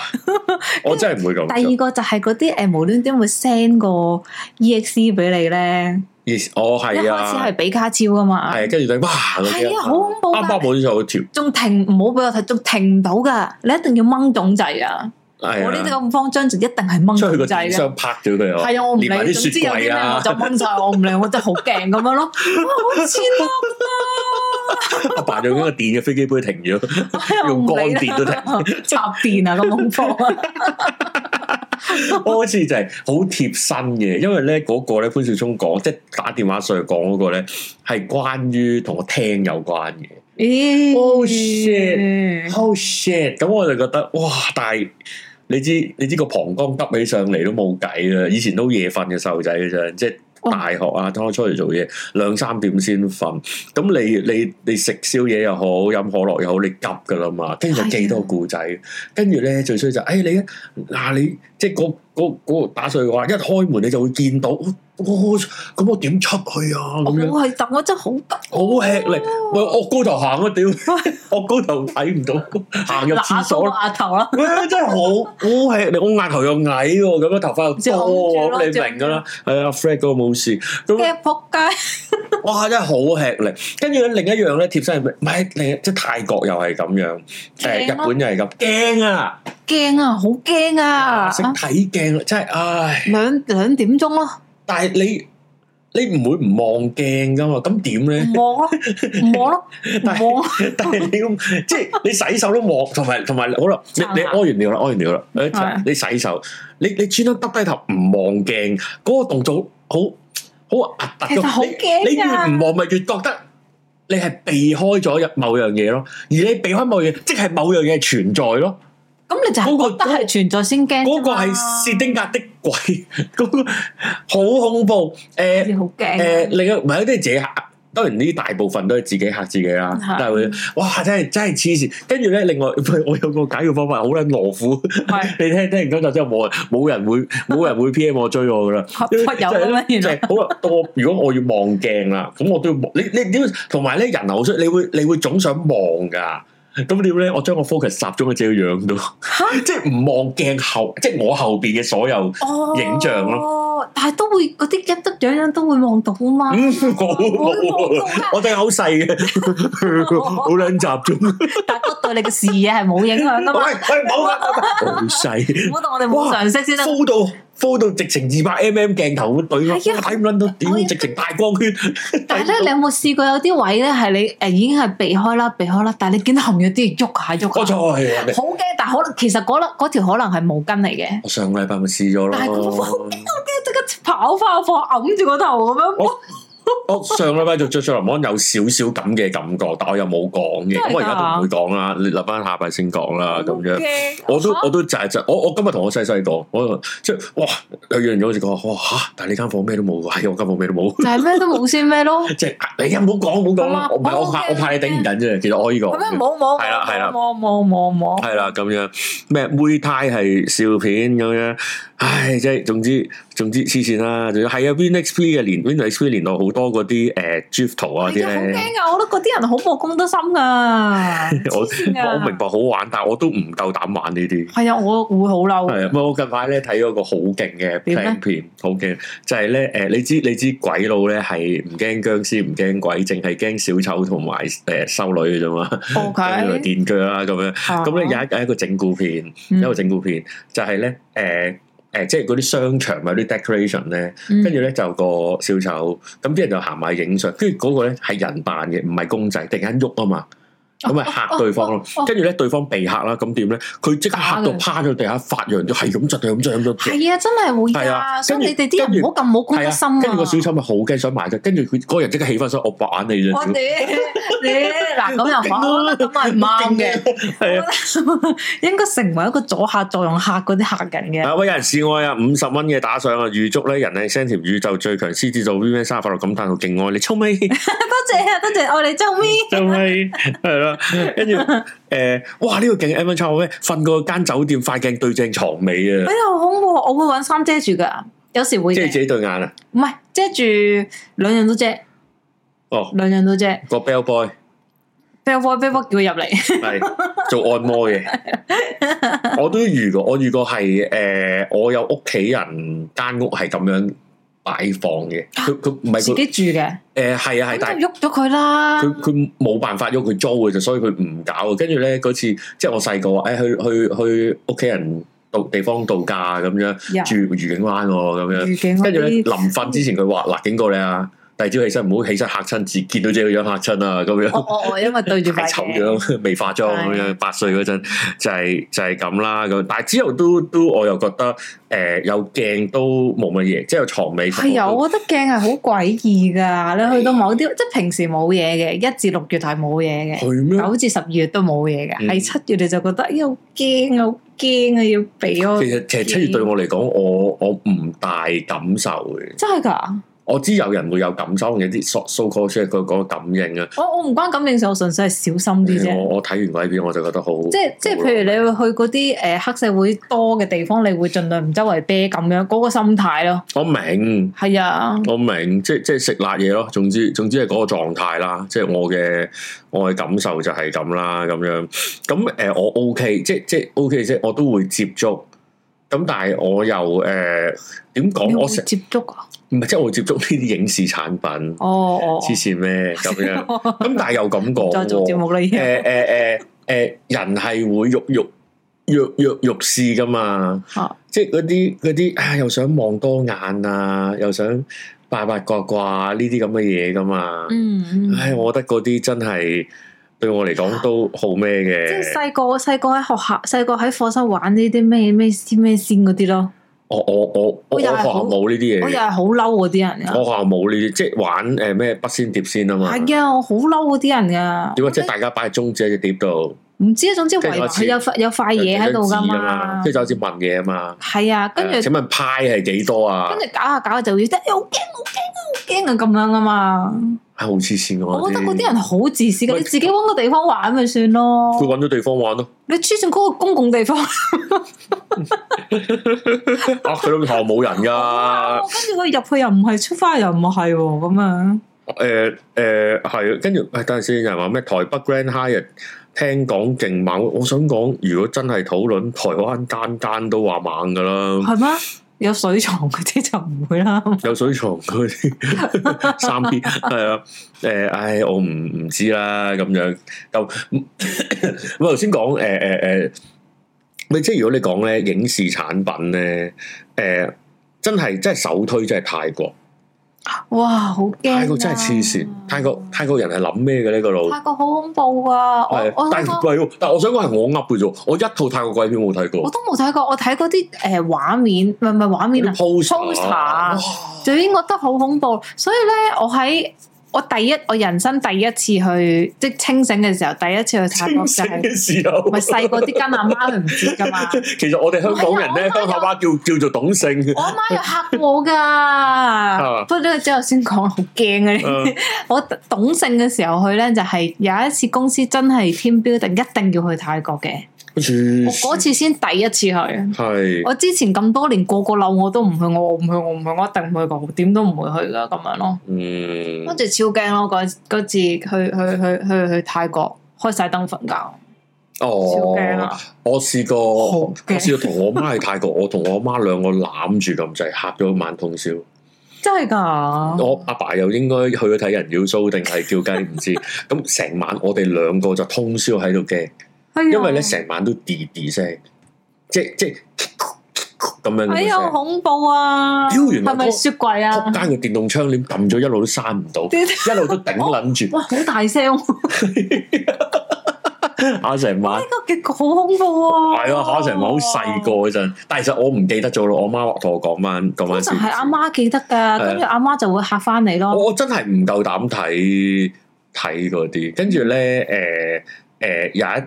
Speaker 2: 我真係唔會咁
Speaker 1: 第
Speaker 2: 做
Speaker 1: 二。個就係嗰啲誒無端端會 send 個 EXE 俾你咧，
Speaker 2: Yes，我
Speaker 1: 一
Speaker 2: 係
Speaker 1: 開始
Speaker 2: 啊
Speaker 1: 係，比卡超噶嘛，
Speaker 2: 係跟住就哇嗰啲
Speaker 1: 係啊，好恐怖
Speaker 2: 啱啱
Speaker 1: 噶，
Speaker 2: 冇咗有條，
Speaker 1: 仲停唔好俾我睇，仲停唔到噶，你一定要掹種掣啊！
Speaker 2: 係
Speaker 1: 我呢啲
Speaker 2: 啊，
Speaker 1: 咁慌張就一定係掹
Speaker 2: 出去
Speaker 1: 種
Speaker 2: 個
Speaker 1: 掣
Speaker 2: 電
Speaker 1: 嘅。
Speaker 2: 箱拍咗佢啊，
Speaker 1: 係啊，我唔理，
Speaker 2: 連埋啲
Speaker 1: 總之有啲
Speaker 2: 雪
Speaker 1: 咩
Speaker 2: 櫃啊
Speaker 1: 我就掹晒，我唔理，我真係好勁咁樣咯。哇，好似
Speaker 2: 我扮咗嗰個電嘅飛機杯停咗。
Speaker 1: 啦，我唔理啦
Speaker 2: 用乾電都得，
Speaker 1: 插電啊，咁恐怖啊！
Speaker 2: 我好似就係好貼身嘅，因為咧嗰個咧潘少聰講，即係打電話上去講嗰個咧，係關於同我聽有關嘅。
Speaker 1: 咦
Speaker 2: Oh
Speaker 1: 嗯
Speaker 2: shit Oh shit！咁我就覺得哇，但係你知你知個膀胱耷起上嚟都冇計啦，以前都夜瞓嘅細路仔嘅啫，即係。
Speaker 1: 哦
Speaker 2: 大學啊，當我出嚟做嘢，兩三點先瞓。咁你你你食宵夜又好，飲可樂又好，你急噶啦嘛。跟住就記多個故仔，跟住咧最衰就係，哎你一嗱你即係嗰嗰嗰個打碎嘅話，一開門你就會見到，哦我咁我點出去啊？
Speaker 1: 我
Speaker 2: 咁樣
Speaker 1: 係，但我真係好得
Speaker 2: 好吃力，喂，我高頭行啊， 屌，我高頭睇唔到，行入廁所
Speaker 1: 乸到。額頭啦。
Speaker 2: 喂，真係好好吃力，我額頭又矮喎，咁樣頭髮又多喎，你明噶啦。係啊，Fred 嗰個冇事，咁
Speaker 1: 嘅仆街，
Speaker 2: 哇真係好吃力。跟住咧另一樣咧貼身係咩？唔係另一即係泰國又係咁樣，誒
Speaker 1: 驚
Speaker 2: 日
Speaker 1: 咯
Speaker 2: 本又係咁，驚啊！
Speaker 1: 驚啊，好驚啊！
Speaker 2: 識睇鏡啦，真係唉！
Speaker 1: 兩兩點鐘咯，
Speaker 2: 但係你你唔會唔望鏡噶嘛？咁點咧
Speaker 1: 唔？望咯，唔望咯，唔
Speaker 2: 但
Speaker 1: 望咯。
Speaker 2: 係但係你咁即係你洗手都望，同埋同埋好啦，你你
Speaker 1: 啊
Speaker 2: 屙完尿啦，屙完尿啦，
Speaker 1: 係
Speaker 2: 你洗手，你你專登耷低頭唔望鏡，嗰個動作好好核突㗎
Speaker 1: 其實好
Speaker 2: 你你越
Speaker 1: 驚啊
Speaker 2: 唔望咪越覺得。你係避開咗某樣嘢咯，而你避開某樣，即係某樣嘢存在咯。
Speaker 1: 咁你就
Speaker 2: 嗰個
Speaker 1: 係覺得係存在先驚啫嘛，
Speaker 2: 嗰、個係薛丁格的鬼，嗰、個好恐怖。誒、
Speaker 1: 好似好
Speaker 2: 誒、
Speaker 1: 驚。
Speaker 2: 呃另一唔係有啲係自己嚇，當然呢大部分都係自己嚇自己啦
Speaker 1: 係。
Speaker 2: 但係會哇，真係真係黐線。跟住咧，另外 喂我有個解決方法，好撚羅虎。
Speaker 1: 係
Speaker 2: 你聽聽完今集之後，冇人冇人會冇人會 P.M 我追我噶啦。
Speaker 1: 有嘅咩？原
Speaker 2: 就
Speaker 1: 來
Speaker 2: 係好啦，到我如果我要望鏡啦，咁我都要望你你點？同埋咧人流衰，你會你會總想望噶。咁點咧？我將個 focus 集中喺自己個樣度， 即係唔望鏡後，即係我後邊嘅所有。
Speaker 1: 哦
Speaker 2: 影像
Speaker 1: 咯。但係都會嗰啲一得樣樣都會望到啊嘛。
Speaker 2: 嗯，冇冇， 我對眼好細嘅， 好撚集中。
Speaker 1: 但係嗰對你嘅視野係冇影響
Speaker 2: 喂
Speaker 1: 噶啊嘛。
Speaker 2: 喂，冇啦，好細
Speaker 1: 唔好當我哋冇常識先得。
Speaker 2: ，full 到 full 到直情二百 mm 鏡頭咁對咯，
Speaker 1: 係啊
Speaker 2: 睇唔撚到，
Speaker 1: 我
Speaker 2: 屌
Speaker 1: 亦
Speaker 2: 直情大光 圈。
Speaker 1: 但係咧，你有冇試過有啲位咧係你誒已經係避開啦，避開啦，但係你見到後面有啲嘢喐下
Speaker 2: 我哎
Speaker 1: 喐下，
Speaker 2: 錯係
Speaker 1: 好驚。但係可能其實嗰粒嗰條可能係毛巾嚟嘅，
Speaker 2: 我上個禮拜咪試咗
Speaker 1: 但係佢好
Speaker 2: 咯。
Speaker 1: 即刻跑翻房揞住個頭咁樣。
Speaker 2: 我我上禮拜就着上林安有少少咁嘅感覺，但我又冇講嘅，
Speaker 1: 真係
Speaker 2: 咁我而家都唔
Speaker 1: 㗎
Speaker 2: 會講啦，你留翻下拜先講啦，啊咁樣。
Speaker 1: 樣
Speaker 2: 我都我都就係就我我今日同我細細講，我即係哇，有樣嘢好似講哇吓，但係你間房咩都冇喎，係我間房咩都冇，
Speaker 1: 就係咩都冇先咩 咯，
Speaker 2: 即係你又唔好講唔好講
Speaker 1: 好
Speaker 2: 啦
Speaker 1: 啊，
Speaker 2: 我唔係我
Speaker 1: 好
Speaker 2: 怕
Speaker 1: 嘅
Speaker 2: 我怕你頂唔緊啫，其實我呢個
Speaker 1: 咁樣冇冇
Speaker 2: 係啦係啦
Speaker 1: 冇冇冇冇，
Speaker 2: 係啦咁樣咩妹胎係笑片咁樣，唉即係總之總之黐線啦，仲要係啊 Win XP 嘅連 Win XP 連到好多嗰啲誒 GIF 圖啊
Speaker 1: 係
Speaker 2: 啲
Speaker 1: 啊好
Speaker 2: 咧。
Speaker 1: 驚啊！我覺得嗰啲人好冇公德心噶，
Speaker 2: 我
Speaker 1: 黐線㗎
Speaker 2: 我明白好玩，但係我都唔夠膽玩呢啲。
Speaker 1: 係啊，我會好嬲，
Speaker 2: 係啊，唔係我近排咧睇咗個好勁嘅
Speaker 1: 點咧
Speaker 2: plan 片，好勁就係咧誒，你知你知鬼佬咧係唔驚僵屍，唔驚鬼，淨係驚小丑同埋誒修女嘅啫嘛，
Speaker 1: O
Speaker 2: 跟住
Speaker 1: K，
Speaker 2: 嚟電鋸啦咁樣。啊咁
Speaker 1: 哦
Speaker 2: 咧有一有一個整蠱片，
Speaker 1: 嗯
Speaker 2: 有一個整蠱片就係咧誒誒，即係嗰啲商場有啲 decoration 咧，
Speaker 1: 嗯
Speaker 2: 跟住咧就個小丑，咁啲人就行埋影相，跟住嗰個咧係人扮嘅，唔係公仔，突然間喐啊嘛。
Speaker 1: 哦
Speaker 2: 咁咪嚇對方咯，跟住咧對方被嚇啦，咁點咧？佢即刻嚇
Speaker 1: 打
Speaker 2: 到
Speaker 1: 嘅
Speaker 2: 趴咗地下，發揚咗，係咁窒，係咁窒，係咁窒。
Speaker 1: 係啊，真係會
Speaker 2: 係
Speaker 1: 㗎，
Speaker 2: 啊
Speaker 1: 所以你哋
Speaker 2: 跟住
Speaker 1: 啲人唔好咁冇公
Speaker 2: 係
Speaker 1: 德心啊！
Speaker 2: 啊，跟住個小丑咪好驚想埋啫，跟住佢嗰個人即刻起翻身，我玩你啫，
Speaker 1: 我
Speaker 2: 屌
Speaker 1: 哋你嗱咁又唔好，咁係唔啱嘅，
Speaker 2: 係啊，
Speaker 1: 應該成為一個阻嚇作用嚇嗰啲嚇人嘅。
Speaker 2: 啊喂，有人示愛啊，五十蚊嘅打賞啊，預祝咧人係 send 條宇宙最強獅子座 V Man 沙發落咁，但係勁愛你，臭尾。
Speaker 1: 多謝啊，多謝我哋周咪。
Speaker 2: 就係係啦，跟住誒，哇！呢個勁 Evan 抄咩？瞓過間酒店塊鏡對正床尾啊
Speaker 1: 哎，呀，好恐怖！我會揾衫遮住噶，有時會
Speaker 2: 即係
Speaker 1: 嘅
Speaker 2: 自己對眼啊！
Speaker 1: 唔係遮住兩樣都遮，
Speaker 2: 哦，
Speaker 1: 兩樣都遮。
Speaker 2: 個 bell boy
Speaker 1: bell boy bell boy 叫佢入嚟，
Speaker 2: 係做按 摩嘅，我都遇過，我遇過係誒、呃我有屋企人間屋係咁樣擺放嘅，佢佢唔係
Speaker 1: 自
Speaker 2: 佢
Speaker 1: 己住嘅，
Speaker 2: 誒係啊係，
Speaker 1: 咁
Speaker 2: 但係
Speaker 1: 就喐咗佢啦。
Speaker 2: 佢佢冇辦法喐佢租嘅就，所以佢唔搞嘅。跟住咧嗰次，即係我細個話，誒、去去去屋企人度地方度假咁樣，
Speaker 1: 呀
Speaker 2: 住愉景灣喎咁樣。
Speaker 1: 預警嗰
Speaker 2: 跟住咧，
Speaker 1: 啲，
Speaker 2: 臨瞓之前佢話：嗱，警告你啊，第二朝起身唔好起身嚇親自，見到自己個樣嚇親啊咁
Speaker 1: 我
Speaker 2: 樣。
Speaker 1: 我我因為對住塊
Speaker 2: 太醜樣， 未化妝咁樣，八歲嗰陣就係、就係咁啦咁。但係之後都都我又覺得誒、呃有鏡都冇乜嘢，即係有床尾。
Speaker 1: 係啊，我覺得鏡係好詭異㗎。你去到某啲，即係平時冇嘢嘅，一至六月係冇嘢嘅，
Speaker 2: 係咩？
Speaker 1: 九至十二月都冇嘢嘅，
Speaker 2: 嗯
Speaker 1: 係七月你就覺得，哎呀好驚啊，好驚啊，要避咯
Speaker 2: 其，實其實七月對我嚟講，我我唔大感受嘅。
Speaker 1: 真係㗎，
Speaker 2: 我知有人會有感傷嘅啲 so so call 出嗰個感應啊。
Speaker 1: 我我唔關感應事，我純粹係小心啲啫。
Speaker 2: 我我睇完鬼片我就覺嗯得好，
Speaker 1: 即係即係，譬如你會去嗰啲誒黑社會多嘅地方，你會盡量唔周圍啤咁樣，嗰、個心態咯。
Speaker 2: 我明。
Speaker 1: 係啊，
Speaker 2: 我明，即係即係食辣嘢咯。總之總之係嗰個狀態啦，即係我嘅我嘅感受就係咁啦，咁樣。咁誒、呃我 OK，即即係 OK 即係我都會接觸。咁但係我又誒點
Speaker 1: 你
Speaker 2: 講？
Speaker 1: 會
Speaker 2: 我成
Speaker 1: 接觸啊。
Speaker 2: 唔係即係我會接觸呢啲影視產品，
Speaker 1: 哦哦，
Speaker 2: 黐線咩咁樣？咁但係又咁講
Speaker 1: 哦 再做節
Speaker 2: 喎，呃
Speaker 1: 目啦已
Speaker 2: 誒
Speaker 1: 經。
Speaker 2: 誒誒誒，呃人係會欲欲欲欲欲試噶嘛？
Speaker 1: 啊
Speaker 2: 即係嗰啲嗰啲啊，又想望多眼啊，又想八八卦卦呢啲咁嘅嘢噶嘛。
Speaker 1: 嗯嗯。啊
Speaker 2: 唉，我覺得嗰啲真係對我嚟講都好咩
Speaker 1: 即係
Speaker 2: 嘅。
Speaker 1: 細個細個喺學校，細個喺課室玩呢啲咩咩先咩先嗰啲咯。
Speaker 2: 我我我我
Speaker 1: 我
Speaker 2: 我學
Speaker 1: 又係好
Speaker 2: 校冇呢啲嘢
Speaker 1: 我又
Speaker 2: 嘅，
Speaker 1: 係啊好嬲嗰啲人啊
Speaker 2: 我
Speaker 1: 噶。
Speaker 2: 學校冇呢啲，即係玩誒咩筆仙碟仙啊嘛。
Speaker 1: 係啊，我好嬲嗰啲人噶。
Speaker 2: 點解啊即係大家擺中指喺隻碟度，
Speaker 1: 唔知啊，總之
Speaker 2: 跟
Speaker 1: 圍
Speaker 2: 住
Speaker 1: 埋
Speaker 2: 我
Speaker 1: 佢
Speaker 2: 知
Speaker 1: 有塊有塊嘢喺度
Speaker 2: 有
Speaker 1: 噶
Speaker 2: 張紙啊
Speaker 1: 嘛
Speaker 2: 跟。住就開始問嘢啊嘛。
Speaker 1: 係啊，跟住
Speaker 2: 誒請問派係幾多啊
Speaker 1: 跟？住搞下搞下就要即係哎好驚好驚啊好驚啊咁樣噶嘛。
Speaker 2: 係好黐線㗎
Speaker 1: 我覺得嗰啲
Speaker 2: 人
Speaker 1: 人好自私嘅，
Speaker 2: 喂
Speaker 1: 你自己搵個地方玩咪算咯。
Speaker 2: 佢揾到地方玩咯。
Speaker 1: 你黐線嗰個公共地方，
Speaker 2: 啊，佢老學校冇人 㗎。
Speaker 1: 跟住佢入去又唔係，出翻又唔係喎咁樣。
Speaker 2: 誒誒呃係，啊跟住誒，等陣先，有人話咩台北 Grand Hyatt 聽講勁猛，我想講，如果真係討論台灣間間都話猛 噶啦，
Speaker 1: 係咩？有水床嗰啲就唔會 啦。
Speaker 2: 有水床嗰啲三 P 係啊，誒唉，我唔唔知啦咁樣，咁我頭先講誒誒誒，咪即係如果你講咧影視產品咧，誒、真係真係首推真係泰國，
Speaker 1: 哇，好驚啊！
Speaker 2: 泰國真係黐線，泰國泰國人係諗咩嘅呢個腦？
Speaker 1: 泰國好恐怖啊！我
Speaker 2: 係，
Speaker 1: 我
Speaker 2: 但
Speaker 1: 想
Speaker 2: 係
Speaker 1: 講
Speaker 2: 喂，但係我想講係我噏嘅啫，我一套泰國鬼片冇睇
Speaker 1: 我
Speaker 2: 過。
Speaker 1: 都冇睇過，我睇嗰啲誒畫面，唔係唔係畫面啊
Speaker 2: 啲 poster，
Speaker 1: ，poster 啊
Speaker 2: 哇
Speaker 1: 就已經覺得好恐怖。所以咧，我喺我第一我人生第一次去即係清醒嘅時候，第一次去泰國就
Speaker 2: 清醒
Speaker 1: 係、
Speaker 2: 嘅時候，
Speaker 1: 咪細個啲跟阿媽佢唔知噶嘛。
Speaker 2: 其實我哋香港人
Speaker 1: 係
Speaker 2: 咧，
Speaker 1: 啊我
Speaker 2: 鄉下話叫叫做 懂性，
Speaker 1: 我阿媽又嚇我噶，不過呢個之後先講，好驚啊！呢啲
Speaker 2: 誒
Speaker 1: 我懂性嘅時候去咧，就係、有一次公司真係 team building，一定要去泰國嘅。
Speaker 2: 嗯
Speaker 1: 我嗰次先第一次去。
Speaker 2: 係
Speaker 1: 我之前咁多年個個嬲我都唔去，我唔去，我唔去，我一定唔去噶，我點都唔會去噶咁樣咯。
Speaker 2: 嗯
Speaker 1: 跟住超驚咯，嗰嗰次去去去去去泰國，開晒燈瞓覺，超驚
Speaker 2: 哦
Speaker 1: 啊！，
Speaker 2: 我試過，
Speaker 1: 好
Speaker 2: 我
Speaker 1: 驚
Speaker 2: 試過同我媽去泰國，我同我媽兩個攬住咁滯，嚇咗一晚通宵。
Speaker 1: 哦真係㗎，
Speaker 2: 我阿爸又應該去咗睇人妖 show 定係叫雞唔 知，咁成晚我哋兩個就通宵喺度驚。
Speaker 1: 哎嗯
Speaker 2: 因為咧成晚都滴滴聲，即即咁樣
Speaker 1: 哎
Speaker 2: 嘅
Speaker 1: 呀，好
Speaker 2: 聲。
Speaker 1: 恐怖啊！
Speaker 2: 妖原來
Speaker 1: 係咪
Speaker 2: 嗰
Speaker 1: 雪櫃啊
Speaker 2: 仆？街個電動窗簾撳咗一路都閂唔到， 一路都頂撚住
Speaker 1: 哇，好大聲！呢
Speaker 2: 嚇啊成晚。
Speaker 1: 個結局好恐怖啊！
Speaker 2: 係啊，嚇成晚好細個。嗰陣，但係其實我唔記得咗咯。我媽同我講翻講
Speaker 1: 通
Speaker 2: 翻先
Speaker 1: 常。係啊阿媽記得
Speaker 2: 啊
Speaker 1: 㗎，跟住阿媽就會嚇翻你咯。
Speaker 2: 我我真係唔夠膽睇睇嗰啲，跟住咧誒誒有一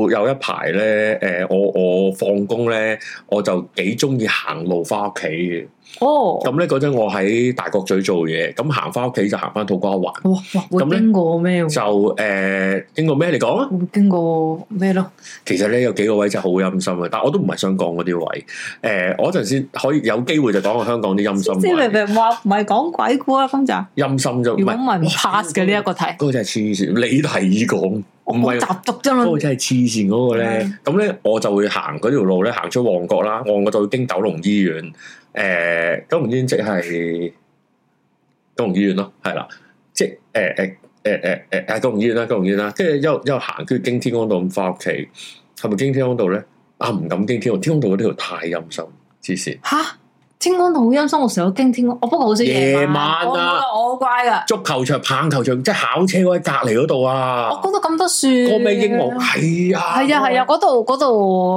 Speaker 2: 有有一排咧誒，我我放工咧我就幾中意行路翻屋企嘅。
Speaker 1: 哦，
Speaker 2: 咁咧嗰陣我喺大角咀做嘢，咁行翻屋企就行翻土瓜灣，
Speaker 1: 哇哇，會
Speaker 2: 咁咧
Speaker 1: 經過咩喎？
Speaker 2: 就誒、呃、經過咩嚟講啊？
Speaker 1: 會經過咩咯？
Speaker 2: 其實咧有幾個位真係好陰森啊，但我都唔係想講嗰啲位。誒、呃我嗰陣先可以有機會就講下香港啲陰
Speaker 1: 即係
Speaker 2: 森
Speaker 1: 明
Speaker 2: 位，
Speaker 1: 明話唔係講鬼故啊，今集
Speaker 2: 陰森就唔
Speaker 1: 如果唔係
Speaker 2: 係
Speaker 1: 唔 pass 嘅呢一個題，
Speaker 2: 嗰個真係黐線，你提議講，
Speaker 1: 我
Speaker 2: 唔係
Speaker 1: 集中啫
Speaker 2: 嗰個
Speaker 1: 嘛。
Speaker 2: 哦真係黐線嗰個咧
Speaker 1: 嗯。
Speaker 2: 咁咧我就會行嗰條路咧，行出旺角啦，旺角就會經九龍醫院。誒、九龍醫院即係九龍醫院咯，係啦，即呃係誒誒誒誒誒誒呃九龍醫院啦，九龍醫院啦，跟住一路一路行，跟住經天光道咁翻屋企，係咪經天光道咧？啊，唔敢經天光，天光道嗰條太陰森，黐線。
Speaker 1: 吓，天光道好陰森，我成日都驚天光。我不過好少
Speaker 2: 夜晚啊
Speaker 1: 我唔會我好乖噶。
Speaker 2: 足球場、棒球場，即係考車嗰喺隔離嗰度啊
Speaker 1: 我，嗰度咁多樹，
Speaker 2: 嗰咩英皇係啊，
Speaker 1: 係啊係啊，嗰度嗰
Speaker 2: 我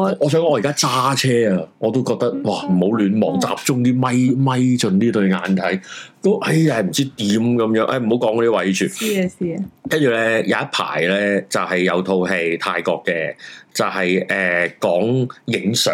Speaker 1: 度
Speaker 2: 我想講，我而家揸車啊，我都覺得哇，唔好亂望，集中啲咪咪盡呢對眼睇，都哎呀唔知點咁樣，哎唔好講嗰啲位住。
Speaker 1: 知嘅事嘅。
Speaker 2: 跟住咧有一排咧就係、有套戲泰國嘅，就係、誒、講影相，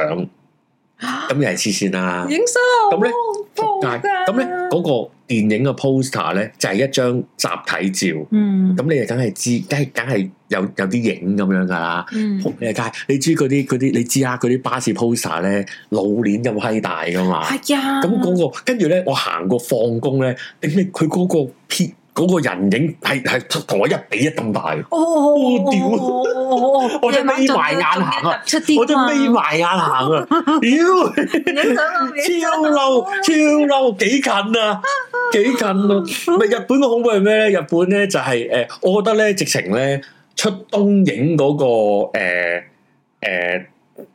Speaker 2: 咁又係黐線啦。
Speaker 1: 影相
Speaker 2: 咁咧
Speaker 1: 好恐怖
Speaker 2: 但係咁咧嗰個電影嘅 poster 咧，就係一張集體照。
Speaker 1: 嗯
Speaker 2: 咁你就梗係知，梗係梗係有有啲影咁樣噶啦。
Speaker 1: 嗯
Speaker 2: 仆你街，你知嗰啲嗰啲，你知啊，嗰啲巴士 poster 咧，老年咁閪大噶嘛。
Speaker 1: 係啊，
Speaker 2: 咁嗰、個跟住咧，我行過放工咧，頂你佢嗰個撇嗰、個人影係係同我一比一咁大，
Speaker 1: 哦哦
Speaker 2: 哦屌
Speaker 1: 屌
Speaker 2: 我真係眯埋眼行啊
Speaker 1: 出啲
Speaker 2: 我都眯
Speaker 1: 嘛，
Speaker 2: 埋眼 行啊！屌！
Speaker 1: 影相啊
Speaker 2: 超嬲，超嬲，幾近啊，幾 近啊！咪日本嘅恐怖係咩咧？日本咧就係、呃我覺得咧直情咧出東影嗰、個誒、呃呃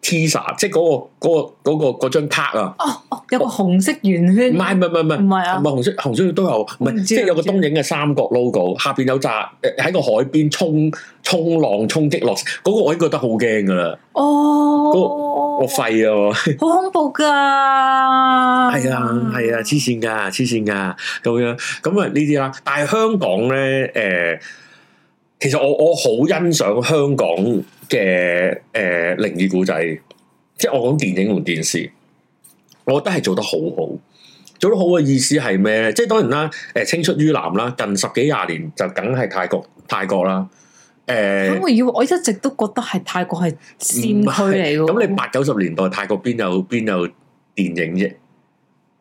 Speaker 2: teaser，即係嗰、個嗰、個嗰、個嗰張卡啊，
Speaker 1: 哦哦，有個紅色圓圈，
Speaker 2: 唔係唔係唔係唔係
Speaker 1: 嗯唔。係
Speaker 2: 唔
Speaker 1: 啊
Speaker 2: 係，紅色，紅色都有，唔
Speaker 1: 唔
Speaker 2: 係
Speaker 1: 知啊
Speaker 2: 即係有個
Speaker 1: 唔知
Speaker 2: 東影嘅三角 logo，下邊有扎誒喺個海邊衝衝浪衝擊落，嗰、個我已經覺得好驚噶啦，
Speaker 1: 哦，
Speaker 2: 我廢啊！我
Speaker 1: 好恐怖噶，
Speaker 2: 係啊，係啊，黐線噶，黐線噶，咁樣咁啊呢啲啦。但係香港咧，誒、其實我我好欣賞香港嘅誒靈異故仔，即係我講電影同電視，我覺得係做得好好。做得好嘅意思係咩咧？即係當然啦，誒、青出於藍啦，近十幾廿年就梗係泰國泰國啦，誒、
Speaker 1: 咁我以為我一直都覺得係泰國係先
Speaker 2: 唔係
Speaker 1: 驅嚟嘅喎，
Speaker 2: 咁你八九十年代泰國邊有邊有電影啫？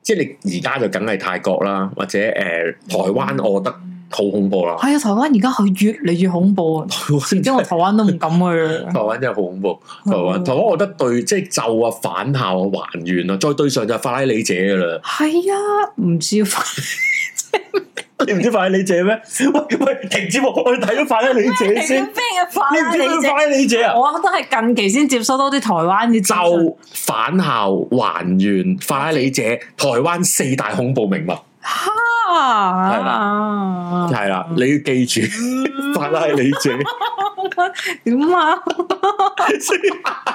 Speaker 2: 即係你而家就梗係泰國啦，或者誒、呃台灣，我覺得好恐怖啦。
Speaker 1: 係啊，台灣而家係越嚟越恐怖啊！
Speaker 2: 台灣
Speaker 1: 因為我台灣都唔敢去啦
Speaker 2: 台灣真係好恐怖。嗯台灣台灣，我覺得對即係就啊反校啊還原啊，再對上就係法拉利姐噶啦。
Speaker 1: 係啊，唔知
Speaker 2: 你唔知法拉利姐咩？喂喂，停節目，我哋睇咗 法拉利姐 先。
Speaker 1: 咩法
Speaker 2: 你唔知咩法拉利姐啊？
Speaker 1: 我都係近期先接收多啲台灣嘅資訊
Speaker 2: 就反校還原法拉利姐，台灣四大恐怖名物
Speaker 1: 啊，
Speaker 2: 係
Speaker 1: 啦
Speaker 2: 係啦，你要記住。法拉利姐
Speaker 1: 點啊？
Speaker 2: 死
Speaker 1: 點啊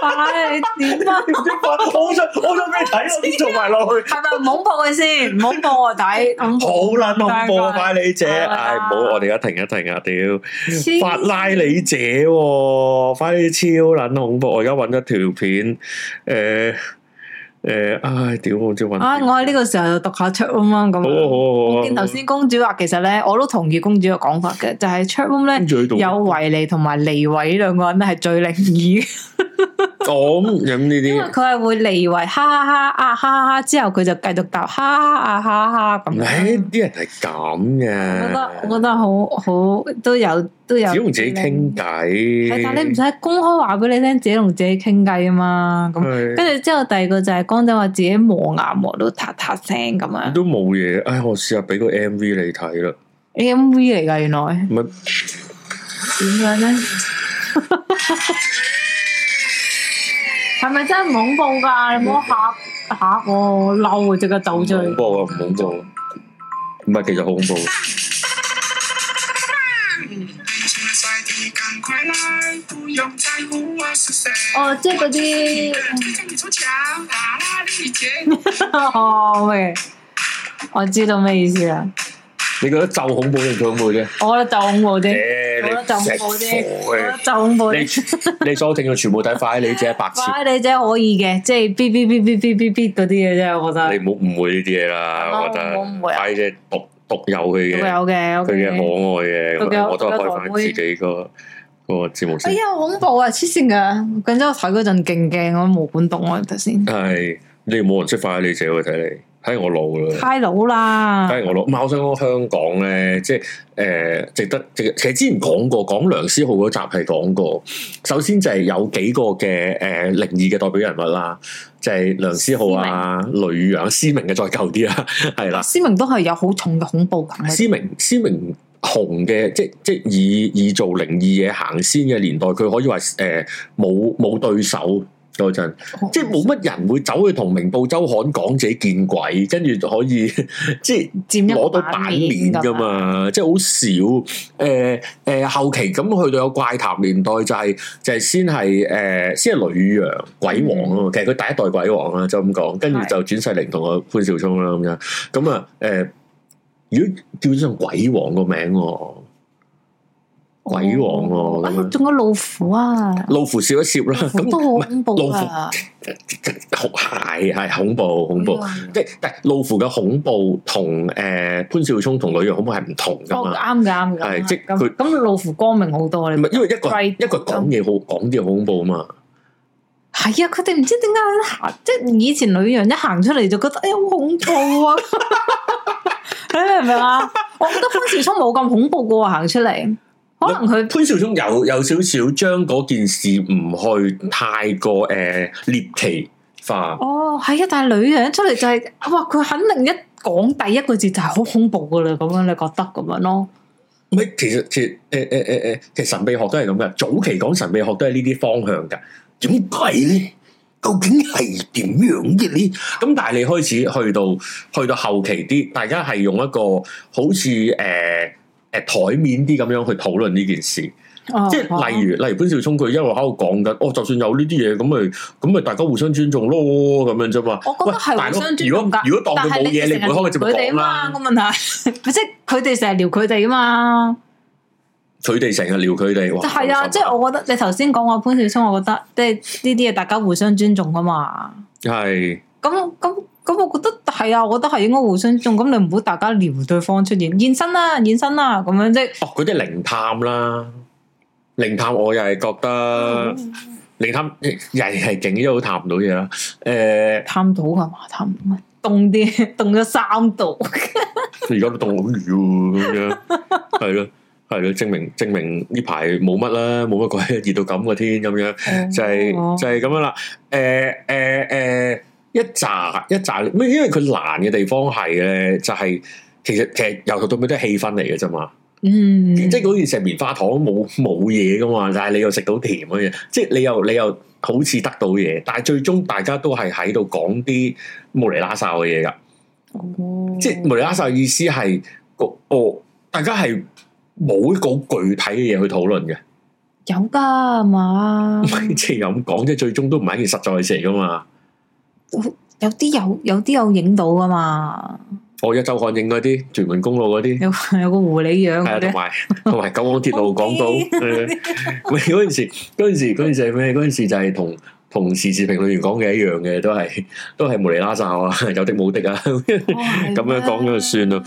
Speaker 1: 法拉利點啊？
Speaker 2: 我想我想俾你睇我先做埋落去，
Speaker 1: 係咪唔恐怖嘅 先？唔恐怖我底，唔
Speaker 2: 好
Speaker 1: 恐怖
Speaker 2: 撚恐怖啊！法拉利姐，
Speaker 1: 係啊
Speaker 2: 唉，唔好，我哋而家停一停啊！屌，
Speaker 1: 黐
Speaker 2: 法拉利姐喎，法拉利超撚恐怖，我而家揾咗條片，誒誒，唉，屌，我唔知揾條，好
Speaker 1: 啊！我
Speaker 2: 啊
Speaker 1: 喺呢個時候就讀下 chat room 啦，咁樣。我見
Speaker 2: 好啊
Speaker 1: 頭
Speaker 2: 好啊，
Speaker 1: 先公主話，其實咧我都同意公主嘅講法嘅，就係 chat room 咧
Speaker 2: 跟住喺度
Speaker 1: 有維尼同埋離維呢兩個人咧係最靈異嘅，
Speaker 2: 講飲呢
Speaker 1: 因為
Speaker 2: 啲，
Speaker 1: 佢係會離維哈哈哈啊哈哈哈之後佢就繼續答哈哈啊哈哈哈咁樣。
Speaker 2: 唉，啲人係
Speaker 1: 我覺得我
Speaker 2: 咁
Speaker 1: 覺得好好都有都有。
Speaker 2: 嘅，只要同自己傾
Speaker 1: 係，
Speaker 2: 偈，
Speaker 1: 但你唔使公開話俾你聽，自己同自己傾偈啊嘛。咁
Speaker 2: 係
Speaker 1: 跟住之後，第二個就係江仔話自己磨牙磨到嗒嗒聲咁樣
Speaker 2: 都冇嘢，唉，我試下俾個 M V 你睇啦，
Speaker 1: ，A M V 嚟㗎原來
Speaker 2: 咪
Speaker 1: 點樣 咧？係咪真係恐怖㗎？你唔好嚇嚇我，嬲啊！即刻走出
Speaker 2: 恐
Speaker 1: 去。
Speaker 2: 怖啊，唔恐怖啊，唔係其實好恐怖啊，
Speaker 1: 哦，即係嗰啲 哦喂，我知道咩意思啦。
Speaker 2: 你覺得就恐怖定佢恐怖 啫？
Speaker 1: 我覺得就恐怖啲，
Speaker 2: 誒，
Speaker 1: 我覺得就恐怖啲，我覺得
Speaker 2: 啊你
Speaker 1: 就恐怖啲。
Speaker 2: 食貨嘅，你你所有聽眾全部睇快你只係白痴，
Speaker 1: 哇！你真係可以嘅，即係 B B B B B B B 嗰啲嘢啫，我覺得
Speaker 2: 你唔好誤會呢啲嘢啦，
Speaker 1: 哦
Speaker 2: 我覺得
Speaker 1: 我唔會啊
Speaker 2: 快姐獨獨有佢
Speaker 1: 都
Speaker 2: 嘅
Speaker 1: 有嘅。
Speaker 2: 佢嘅
Speaker 1: OK
Speaker 2: 可愛嘅，
Speaker 1: 獨
Speaker 2: 咁
Speaker 1: 有
Speaker 2: 我都係
Speaker 1: 獨有
Speaker 2: 開翻
Speaker 1: 台
Speaker 2: 自
Speaker 1: 妹
Speaker 2: 己個個節目
Speaker 1: 哎
Speaker 2: 先，
Speaker 1: 呀，好恐怖啊！黐線噶，緊張我睇嗰陣勁驚，我毛管動啊我頭先。
Speaker 2: 係你冇人識快你姐喎，睇嚟睇嚟我老啦。
Speaker 1: 太老啦
Speaker 2: 梗，係我老，唔係我想講香港咧，即係誒、呃值得，值得其實之前講過，講梁思浩嗰集係講過。首先就係有幾個嘅誒、呃、靈異嘅代表人物啦，就係、梁思浩啊、雷宇陽、思明嘅再舊啲啦， 係啦。
Speaker 1: 思明都係有好重嘅恐怖感嘅。
Speaker 2: 思明思明紅嘅，即即以以做靈異嘢行先嘅年代，佢可以話誒冇冇對手嗰陣。即係冇乜人會走去同明報周刊講自己見鬼，跟住可以 即係
Speaker 1: 佔一
Speaker 2: 攞到
Speaker 1: 版
Speaker 2: 版面
Speaker 1: 面
Speaker 2: 噶
Speaker 1: 㗎
Speaker 2: 嘛，即係好少。誒、誒、後期咁去到有怪談年代就係、就係、先係誒、先係雷宇陽鬼王啊嘛，其實佢第一代鬼王啦，就咁講，跟住
Speaker 1: 嗯係
Speaker 2: 就轉世靈同個潘兆聰啦咁樣，咁呃啊誒。如果叫上鬼王個名喎，鬼王喎
Speaker 1: 哦啊
Speaker 2: 咁樣
Speaker 1: 仲有老虎啊，
Speaker 2: 老虎笑一笑啦，咁
Speaker 1: 都好
Speaker 2: 唔係
Speaker 1: 恐怖
Speaker 2: 老虎
Speaker 1: 啊！哎
Speaker 2: 係 係恐怖恐怖，
Speaker 1: 係
Speaker 2: 即係但係老虎嘅恐怖同誒潘少聰同女嘅恐怖係唔同
Speaker 1: 啊
Speaker 2: 噶
Speaker 1: 哦
Speaker 2: 嘛。
Speaker 1: 啱嘅啱嘅，
Speaker 2: 係即係
Speaker 1: 咁
Speaker 2: 佢
Speaker 1: 咁老虎光明好多
Speaker 2: 唔
Speaker 1: 你
Speaker 2: 係，因為一個
Speaker 1: Right
Speaker 2: 一個講嘢好講啲好恐怖啊嘛，
Speaker 1: 係啊！佢哋唔知點解行，即係以前女人一行出嚟就覺得哎呀好恐怖 啊！你明唔明啊？我覺得潘兆聰冇咁恐怖嘅喎，行出嚟可能佢
Speaker 2: 潘兆聰有有少少將嗰件事唔去太過誒獵奇化，
Speaker 1: 哦係啊，但係女人出嚟就係、哇，佢肯定一講第一個字就係好恐怖噶啦，咁樣你覺得咁樣咯？
Speaker 2: 唔係其實其實誒誒誒誒，其實神秘學都係咁嘅，早期講神秘學都係呢啲方向㗎。點解咧？究竟係點樣嘅咧？咁但係你開始去到去到後期啲，大家係用一個好似誒誒台面啲咁樣去討論呢件事。
Speaker 1: 哦
Speaker 2: 即係例
Speaker 1: 如
Speaker 2: 如，例如潘少聰佢一路喺度講緊，哦，就算有呢啲嘢，咁咪咁咪大家互相尊重咯，咁樣啫嘛。
Speaker 1: 我覺得係
Speaker 2: 喂大佬
Speaker 1: 互相尊
Speaker 2: 如
Speaker 1: 重
Speaker 2: 果
Speaker 1: 㗎
Speaker 2: 如果當佢冇嘢，你唔會開個節目
Speaker 1: 佢哋啊
Speaker 2: 講
Speaker 1: 嘛
Speaker 2: 啦
Speaker 1: 個。問題， 即係佢哋成日撩佢哋啊嘛。
Speaker 2: 佢哋成日撩佢哋，哇！
Speaker 1: 係啊，
Speaker 2: 好心
Speaker 1: 即係我覺得你頭先講話潘少聰，我覺得即係呢啲嘢大家互相尊重噶嘛。
Speaker 2: 係
Speaker 1: 咁咁咁，我覺得係啊，我覺得係應該互相尊重。咁你唔好大家撩對方出現，現身啦，現身啦，咁樣即係。
Speaker 2: 哦，嗰啲靈探啦，靈探我又係覺得靈探又係係勁，因為好探唔到嘢啦。誒，
Speaker 1: 探到噶嘛？探唔到凍啲， 凍咗三度。
Speaker 2: 而家都凍好雨喎，咁樣係咯係咯，證明證明呢排冇乜啦，冇乜鬼熱到咁個天咁樣。就係、
Speaker 1: 哦
Speaker 2: 就係、咁樣啦。誒誒誒，一扎一扎，咩？因為佢難嘅地方係咧，就係、其實其實由頭到尾都係氣氛嚟嘅啫嘛。
Speaker 1: 嗯，
Speaker 2: 即係嗰件石棉花糖冇冇嘢噶嘛，但係你又食到甜嘅嘢，即係你又你又好似得到嘢，但係最終大家都係喺度講啲無厘拉哨嘅嘢㗎。
Speaker 1: 哦
Speaker 2: 即係無厘拉哨嘅意思係個哦，大家係冇一個好具體嘅嘢去討論嘅。
Speaker 1: 有噶嘛？
Speaker 2: 即係又咁講，即係最終都唔係一件實在嘅事嚟噶嘛。
Speaker 1: 有啲有有啲有影到噶嘛？
Speaker 2: 我哦一周刊影嗰啲屯門公路嗰啲，
Speaker 1: 有有個狐狸樣
Speaker 2: 係啊，
Speaker 1: 嗰
Speaker 2: 同
Speaker 1: 啲，
Speaker 2: 埋同埋九廣鐵路港島，誒喂嗰陣時，嗰陣時，嗰陣時係咩？嗰陣時就係同同時事評論員講嘅一樣嘅，都係都係無厘啦哨啊， 有的冇的啊，誒
Speaker 1: 咁
Speaker 2: 咁樣講咗就算啦。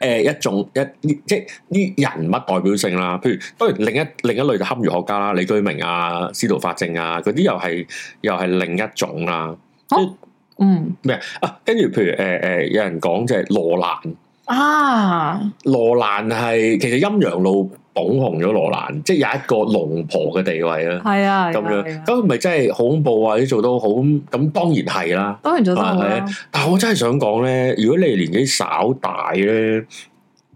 Speaker 2: 誒、一種一即係呢人物代表性啦，譬如當然另一另一類就堪輿學家啦，李居明啊、司徒法正啊，嗰啲又係又係另一種啦。
Speaker 1: 嗯
Speaker 2: 啊，跟住譬如誒誒、有人講就係羅蘭。
Speaker 1: 啊，
Speaker 2: 羅蘭係其實陰陽路捧紅咗羅蘭，即係有一個龍婆嘅地位啦，
Speaker 1: 係啊，
Speaker 2: 咁
Speaker 1: 係
Speaker 2: 樣
Speaker 1: 啊，
Speaker 2: 咁咪真係好恐怖啊！或者做到好咁，當然係啦。
Speaker 1: 當然做得好
Speaker 2: 係
Speaker 1: 啦
Speaker 2: 啊。但係我真係想講咧，如果你年紀稍大咧，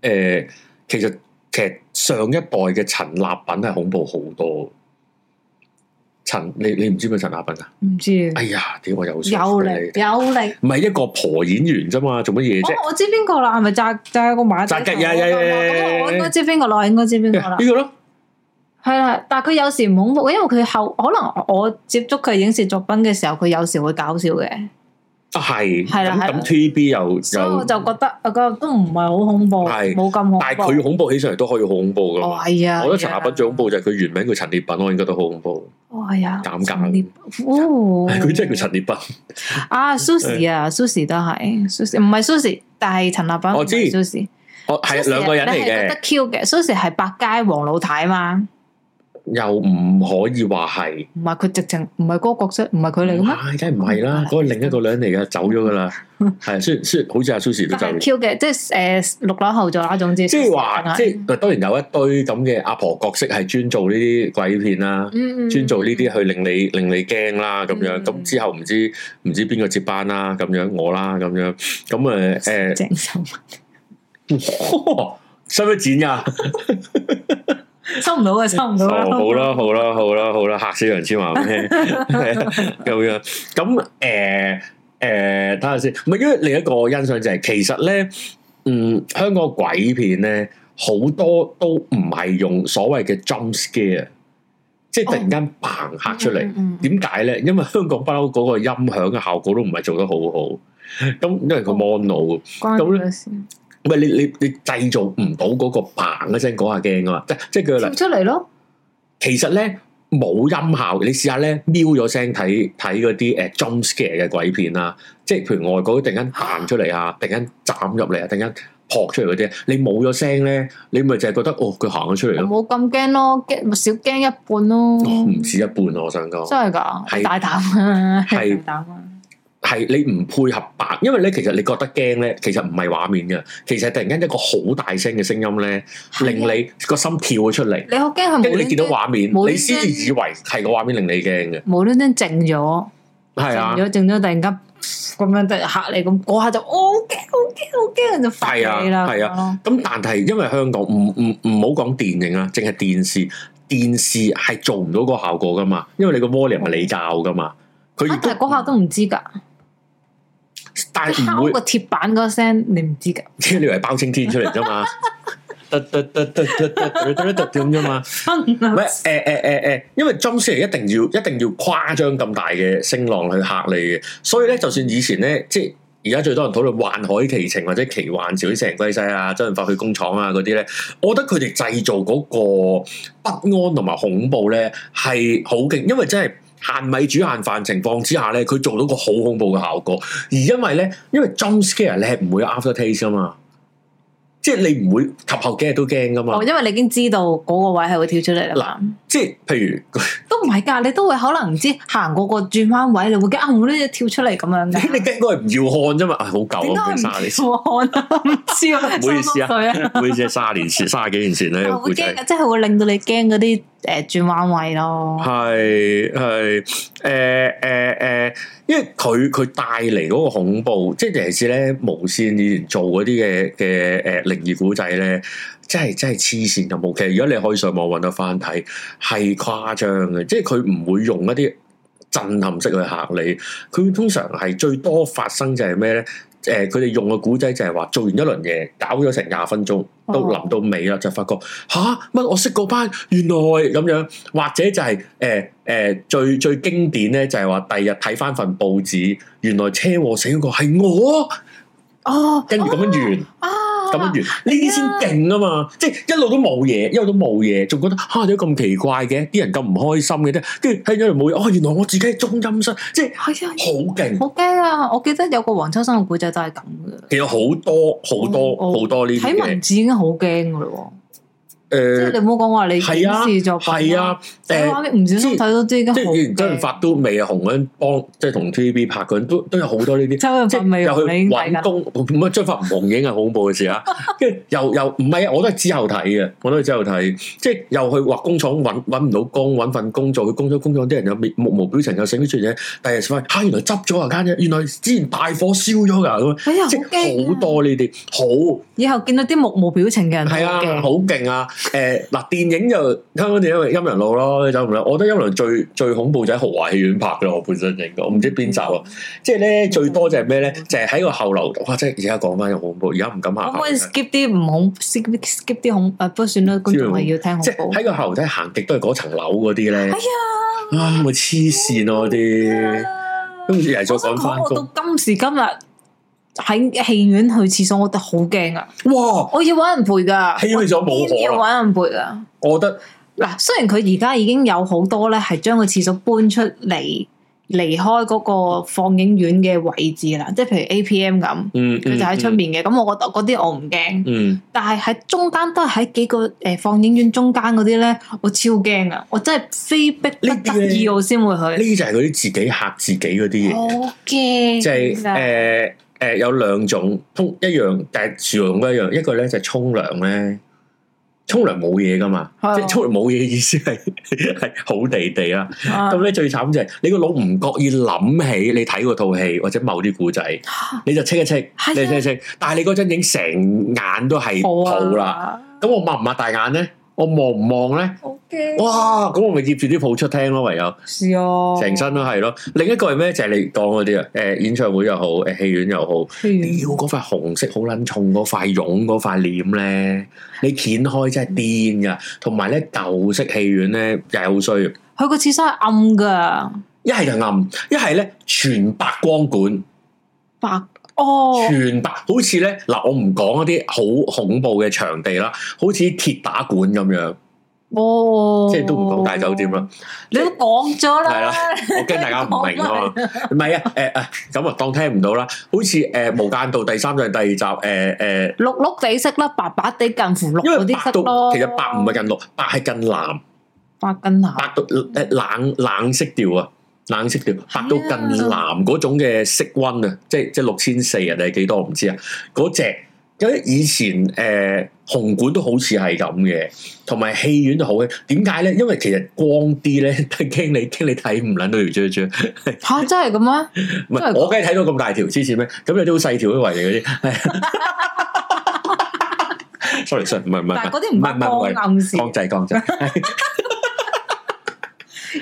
Speaker 2: 誒、其實其實上一代嘅陳立品係恐怖好多。陳，你你唔知咩陳立品啊？
Speaker 1: 唔知
Speaker 2: 哎呀，屌我有
Speaker 1: 嗯有力有力。
Speaker 2: 啊你，唔係一個婆演員啫嘛，做乜嘢啫？
Speaker 1: 哦，我知邊個啦，係咪扎扎個馬仔
Speaker 2: 扎
Speaker 1: 頭
Speaker 2: 吉
Speaker 1: 嗰個
Speaker 2: 呀呀呀呀呀
Speaker 1: 咁我應該知邊個啦，我應該知邊個哦啦
Speaker 2: 呢。個咯。
Speaker 1: 係啦，但係佢有時唔恐怖，因為佢後可能我接觸佢影視作品嘅時候，佢有時會搞笑嘅，
Speaker 2: 啊係，
Speaker 1: 係啦係
Speaker 2: 咁
Speaker 1: 啦
Speaker 2: 咁 TVB 又
Speaker 1: 所以我
Speaker 2: 又，
Speaker 1: 就覺得啊個都唔係好恐怖，
Speaker 2: 係
Speaker 1: 冇咁恐
Speaker 2: 但係佢
Speaker 1: 怖。
Speaker 2: 恐怖起上嚟都可以好恐怖噶
Speaker 1: 哦
Speaker 2: 嘛。
Speaker 1: 係啊，
Speaker 2: 我覺得陳立
Speaker 1: 立
Speaker 2: 品最恐怖就係佢原名叫陳列品，我應該都好恐怖，
Speaker 1: 哦係啊，
Speaker 2: 尷
Speaker 1: 陳列
Speaker 2: 尬。
Speaker 1: 哦，
Speaker 2: 佢真係叫陳列品，
Speaker 1: 啊，Sushi 啊，Sushi 都係 Sushi，唔係 Sushi，但係陳立品
Speaker 2: 我知
Speaker 1: Sushi，
Speaker 2: 哦係兩個人嚟
Speaker 1: 覺
Speaker 2: 嘅
Speaker 1: 得，Q 嘅 Sushi 係百佳王老太嘛，
Speaker 2: 又唔可以話係，
Speaker 1: 唔係佢直情唔係嗰個角色，唔係佢嚟嘅咩？嗯
Speaker 2: 唉，梗係唔係啦，嗰個另一個女人嚟嘅，走咗噶啦，係雖然雖然好似阿 Sushi 都
Speaker 1: 但
Speaker 2: 走
Speaker 1: 係
Speaker 2: 咗，
Speaker 1: Q 嘅，即係誒六樓後座啦，總之
Speaker 2: 即係話
Speaker 1: Sushi
Speaker 2: 即
Speaker 1: 係
Speaker 2: 係當然有一堆咁嘅阿婆角色係專做呢啲鬼片啦。
Speaker 1: 嗯嗯
Speaker 2: 專做呢啲去令你令你驚啦咁樣，
Speaker 1: 嗯
Speaker 2: 咁之後唔知唔知邊個接班啦咁樣，我啦咁樣，咁誒誒，
Speaker 1: 鄭秀文
Speaker 2: 使唔使剪噶？
Speaker 1: 收唔到嘅，收唔 到
Speaker 2: 哦，
Speaker 1: 啦。
Speaker 2: 好啦，好啦，好啦，好啦，嚇死楊千嬅咩？係啊咁樣，咁誒誒，睇下先，唔係因為另一個欣賞就係其實咧，嗯，香港鬼片咧好多都唔係用所謂嘅 jump scare，即係突然間嘭嚇出嚟。
Speaker 1: 嗯，嗯嗯
Speaker 2: 點解咧？因為香港不嬲嗰個音響嘅效果都唔係做得好好，咁因為佢 mono，
Speaker 1: 關
Speaker 2: 咁
Speaker 1: 咁
Speaker 2: 咧
Speaker 1: 咧，
Speaker 2: 喂，你你你製造唔到嗰個嘭一聲嗰下驚啊嘛，即即係佢
Speaker 1: 跳
Speaker 2: 嗱，
Speaker 1: 出嚟咯，
Speaker 2: 其實咧冇音效，你試下咧瞄咗聲睇睇嗰啲誒 jump scare 嘅鬼片啊，即係譬如外國嗰啲突然間行出嚟啊，突然間斬入嚟啊，突然間撲出嚟嗰啲，你冇咗聲咧，你咪就係覺得哦佢行咗出嚟
Speaker 1: 我冇
Speaker 2: 咯，
Speaker 1: 咁驚咯，驚咪少驚一半咯，
Speaker 2: 哦唔止一半啊，我想講。
Speaker 1: 真係噶，
Speaker 2: 係
Speaker 1: 大膽啊，
Speaker 2: 係
Speaker 1: 大膽啊，
Speaker 2: 係你唔配合白，因為咧其實你覺得驚咧，其實唔係畫面嘅，其實係突然間一個好大聲嘅聲音咧，
Speaker 1: 係
Speaker 2: 令
Speaker 1: 啊
Speaker 2: 你個心跳咗出嚟，
Speaker 1: 你好驚係
Speaker 2: 跟住
Speaker 1: 冇
Speaker 2: 你見到
Speaker 1: 端端
Speaker 2: 畫面，
Speaker 1: 無端端
Speaker 2: 你先至以為係個畫面令你驚嘅，
Speaker 1: 無端端靜咗，
Speaker 2: 係啊
Speaker 1: 靜，咗靜咗，突然間咁樣突然嚇你咁，嗰下就哦好驚好驚好驚，就發
Speaker 2: 係啊
Speaker 1: 你啦，
Speaker 2: 係
Speaker 1: 啊，
Speaker 2: 咁但係因為香港唔唔唔好講電影啊，淨係電視，電視係做唔到個效果噶嘛，因為你個 volume 係你教噶嘛，佢亦
Speaker 1: 啊但係
Speaker 2: 都
Speaker 1: 嗰下都唔知㗎，
Speaker 2: 但係
Speaker 1: 敲
Speaker 2: 唔會
Speaker 1: 個，鐵板嗰聲你唔知㗎，
Speaker 2: 即係你以為包青天出嚟啫嘛，得得得得得得得得得咁啫嘛。唔係誒誒誒誒，因為 jump scare 一定要一定要誇張咁大嘅聲浪去嚇你嘅，所以咧就算以前咧，即係而家最多人討論《幻海奇情》或者《奇幻潮》啲《成歸西》啊、周潤發去工廠啊嗰啲咧，我覺得佢哋製造嗰個不安同埋恐怖咧係好勁，因為真係。限米煮限飯情況之下咧，佢做到個好恐怖嘅效果。而因為咧，因為 jump scare 你係唔會有 after taste 噶嘛，即係你唔會及後幾日都驚噶嘛
Speaker 1: 哦，。 因為你已經知道嗰個位係會跳出嚟啦嘛，
Speaker 2: 即係譬如
Speaker 1: 都唔係㗎，你都會可能唔知行過個轉彎位，你會驚啊，我呢隻跳出嚟咁樣
Speaker 2: 你你
Speaker 1: 㗎。
Speaker 2: 驚嗰係唔要看啫嘛？啊，好
Speaker 1: 點
Speaker 2: 舊
Speaker 1: 解唔
Speaker 2: 啊，佢卅 年前，
Speaker 1: 跳汗啊？唔知啊，
Speaker 2: 唔好意思啊
Speaker 1: 三十歲
Speaker 2: 好似係卅年 前、卅幾年前咧，
Speaker 1: 但
Speaker 2: 個
Speaker 1: 會
Speaker 2: 故
Speaker 1: 驚啊
Speaker 2: 仔
Speaker 1: 嘅，即係會令到你驚嗰啲誒轉彎位咯。
Speaker 2: 係係誒誒誒，因為佢佢帶嚟嗰個恐怖，即係尤其是咧無線以前做嗰啲嘅嘅誒靈異古仔咧，真係真係黐線咁 OK。如果你可以上網揾得翻睇，係誇張嘅，即係佢唔會用一啲震撼式去嚇你，佢通常係最多發生就係咩咧？誒、佢哋用嘅古仔就係話做完一輪嘢，搞咗成廿分鐘，到
Speaker 1: 哦
Speaker 2: 臨到尾啦，就發覺吓，乜、我識嗰班，原來咁樣，或者就係誒誒最最經典咧，就係話第二日睇翻份報紙，原來車禍死嗰個係我，
Speaker 1: 哦，
Speaker 2: 跟住咁樣完。
Speaker 1: 啊，
Speaker 2: 咁樣完，呢啲先勁啊嘛！即係一路都冇嘢，一路都冇嘢，仲覺得嚇點解咁奇怪嘅？啲人咁唔開心嘅啫，跟住喺咗度冇嘢，哦，原來我自己係中陰身，即係
Speaker 1: 係啊，
Speaker 2: 好勁。
Speaker 1: 好驚啊！我記得有個黃秋生嘅古仔都係咁嘅，
Speaker 2: 其實好多好多
Speaker 1: 哦哦
Speaker 2: 好多呢啲
Speaker 1: 睇文
Speaker 2: 嘅，
Speaker 1: 字已經好驚嘅咯喎。即係
Speaker 2: 誒
Speaker 1: 你唔好講話你
Speaker 2: 係啊
Speaker 1: 影視作品
Speaker 2: 係，啊，
Speaker 1: 睇
Speaker 2: 誒
Speaker 1: 畫面唔小心睇到都已經
Speaker 2: 即係
Speaker 1: 好
Speaker 2: 以前周潤發
Speaker 1: 驚。
Speaker 2: 都未啊紅嗰陣幫，即係同 TVB 拍嗰陣都都有好多呢啲。
Speaker 1: 周潤
Speaker 2: 即
Speaker 1: 發
Speaker 2: 係
Speaker 1: 未
Speaker 2: 又
Speaker 1: 用你已
Speaker 2: 去
Speaker 1: 經睇緊，
Speaker 2: 揾工，唔係張發唔紅已經係恐怖嘅事啊！ 跟住又又唔係啊，我都係之後睇嘅，我都係之後睇，即係又去話工廠揾揾唔到工，揾份工做，去工廠工廠啲人又面目無表情又醒啲出嘢，第二日先發現嚇原來執咗啊間嘢，原來之前大火燒咗㗎咁，
Speaker 1: 哎呀，好
Speaker 2: 即係
Speaker 1: 驚
Speaker 2: 好
Speaker 1: 啊！
Speaker 2: 多呢啲好。
Speaker 1: 以後見到啲目無表情嘅人都好
Speaker 2: 係啊，
Speaker 1: 驚
Speaker 2: 好。勁啊！誒、嗱，電影就香港電影咪陰陽路咯，走唔啦。我覺得陰陽路最最恐怖就喺豪華戲院拍嘅，我本身認過，我唔知邊集啊。
Speaker 1: 嗯
Speaker 2: 即係咧最多就係咩咧？就係、喺個後樓，哇！即係而家講翻又恐怖，而家唔敢
Speaker 1: 可
Speaker 2: 行
Speaker 1: 唔可以
Speaker 2: 行。
Speaker 1: skip 啲唔恐 skip skip 啲恐啊誒？不過算啦，觀眾係要聽
Speaker 2: 嗯
Speaker 1: 哎
Speaker 2: 即
Speaker 1: 恐
Speaker 2: 係
Speaker 1: 怖。
Speaker 2: 喺個後樓梯行極都係嗰層樓嗰啲咧。係啊，啊咪黐線咯嗰啲，跟住又係再
Speaker 1: 我想
Speaker 2: 講翻
Speaker 1: 講，哎啊我
Speaker 2: 工。
Speaker 1: 到今時今日喺戲院去廁所，我覺得好驚啊！
Speaker 2: 哇！
Speaker 1: 我要揾人陪噶，
Speaker 2: 戲院去廁所冇可能
Speaker 1: 我要揾人陪噶。
Speaker 2: 我覺得
Speaker 1: 嗱，雖然佢而家已經有好多咧，係將個廁所搬出嚟，離開嗰個放映院嘅位置啦，即係譬如 A P M 咁，
Speaker 2: 嗯，
Speaker 1: 佢就喺出
Speaker 2: 面。
Speaker 1: 面嘅。咁我覺得嗰啲我唔驚，
Speaker 2: 嗯，
Speaker 1: 但係喺中間都係喺幾個誒放映院中間嗰啲咧，我超驚啊！我真係非逼不
Speaker 2: 呢啲
Speaker 1: 得已
Speaker 2: 咧
Speaker 1: 我先會去，
Speaker 2: 呢就係嗰啲自己嚇自己嗰啲嘢。
Speaker 1: 好驚啊，
Speaker 2: 就係呃誒誒有兩種通一樣，但係樹同都一樣。一個咧就係沖涼咧，沖涼冇嘢噶嘛，
Speaker 1: 係啊
Speaker 2: 即係沖涼冇嘢意思係 係好地地啦。
Speaker 1: 啊
Speaker 2: 咁咧最慘就係你個腦唔覺意諗起你睇嗰套戲或者某啲故仔，你就清一清
Speaker 1: 係啊，
Speaker 2: 你就清一清。但係你嗰陣影成眼都係
Speaker 1: 好
Speaker 2: 泡啦。
Speaker 1: 啊，
Speaker 2: 咁我擘唔擘大眼咧？我望唔望咧？
Speaker 1: 好驚，
Speaker 2: 哇！咁我咪醃住啲泡出廳咯，唯有。
Speaker 1: 是啊，
Speaker 2: 成身都係咯。另一個係咩？就係、你講嗰啲啊，誒、演唱會又好，誒、戲院又好，
Speaker 1: 戲院
Speaker 2: 屌嗰塊紅色好撚重嗰塊絨嗰塊簾咧，你掀開真係癲噶。同埋咧舊式戲院咧又係好衰，
Speaker 1: 佢個廁所係暗噶，
Speaker 2: 一係就暗，一係咧全白光管，
Speaker 1: 白哦，
Speaker 2: 全白，好似咧嗱，我唔講一啲好恐怖嘅場地啦，好似鐵打館咁樣，
Speaker 1: 哦，
Speaker 2: 即係都唔講大酒店啦，
Speaker 1: 你都講咗
Speaker 2: 係啦
Speaker 1: 啦，
Speaker 2: 我驚大家唔明 啊嘛，唔係啊，誒誒，咁啊當聽唔到啦，好似誒無間道第三章第二集，誒
Speaker 1: 綠
Speaker 2: 誒，
Speaker 1: 綠地色啦，白白地近乎綠
Speaker 2: 因為
Speaker 1: 嗰啲
Speaker 2: 白
Speaker 1: 色
Speaker 2: 到
Speaker 1: 咯。
Speaker 2: 其實白唔係近綠，白係近藍，
Speaker 1: 白近藍，
Speaker 2: 白到誒冷冷色調啊。冷色調，白到
Speaker 1: 係啊
Speaker 2: 近藍嗰種嘅色温啊，即係即係六千四啊，定係幾多我唔知啊。嗰只因為以前誒、呃、紅館都好似係咁嘅，同埋戲院都好嘅。點解咧？因為其實光啲咧， 驚你驚你睇唔撚到條雀雀。
Speaker 1: 吓真係咁咩？
Speaker 2: 唔
Speaker 1: 真係
Speaker 2: 係，我梗係睇到咁大條黐線咩？咁有啲好細條嘅圍嚟嘅啫。 係 sorry sorry，唔係唔係，
Speaker 1: 但係嗰啲唔
Speaker 2: 係唔係
Speaker 1: 係
Speaker 2: 唔係，
Speaker 1: 光暗示。
Speaker 2: 光仔光仔，唔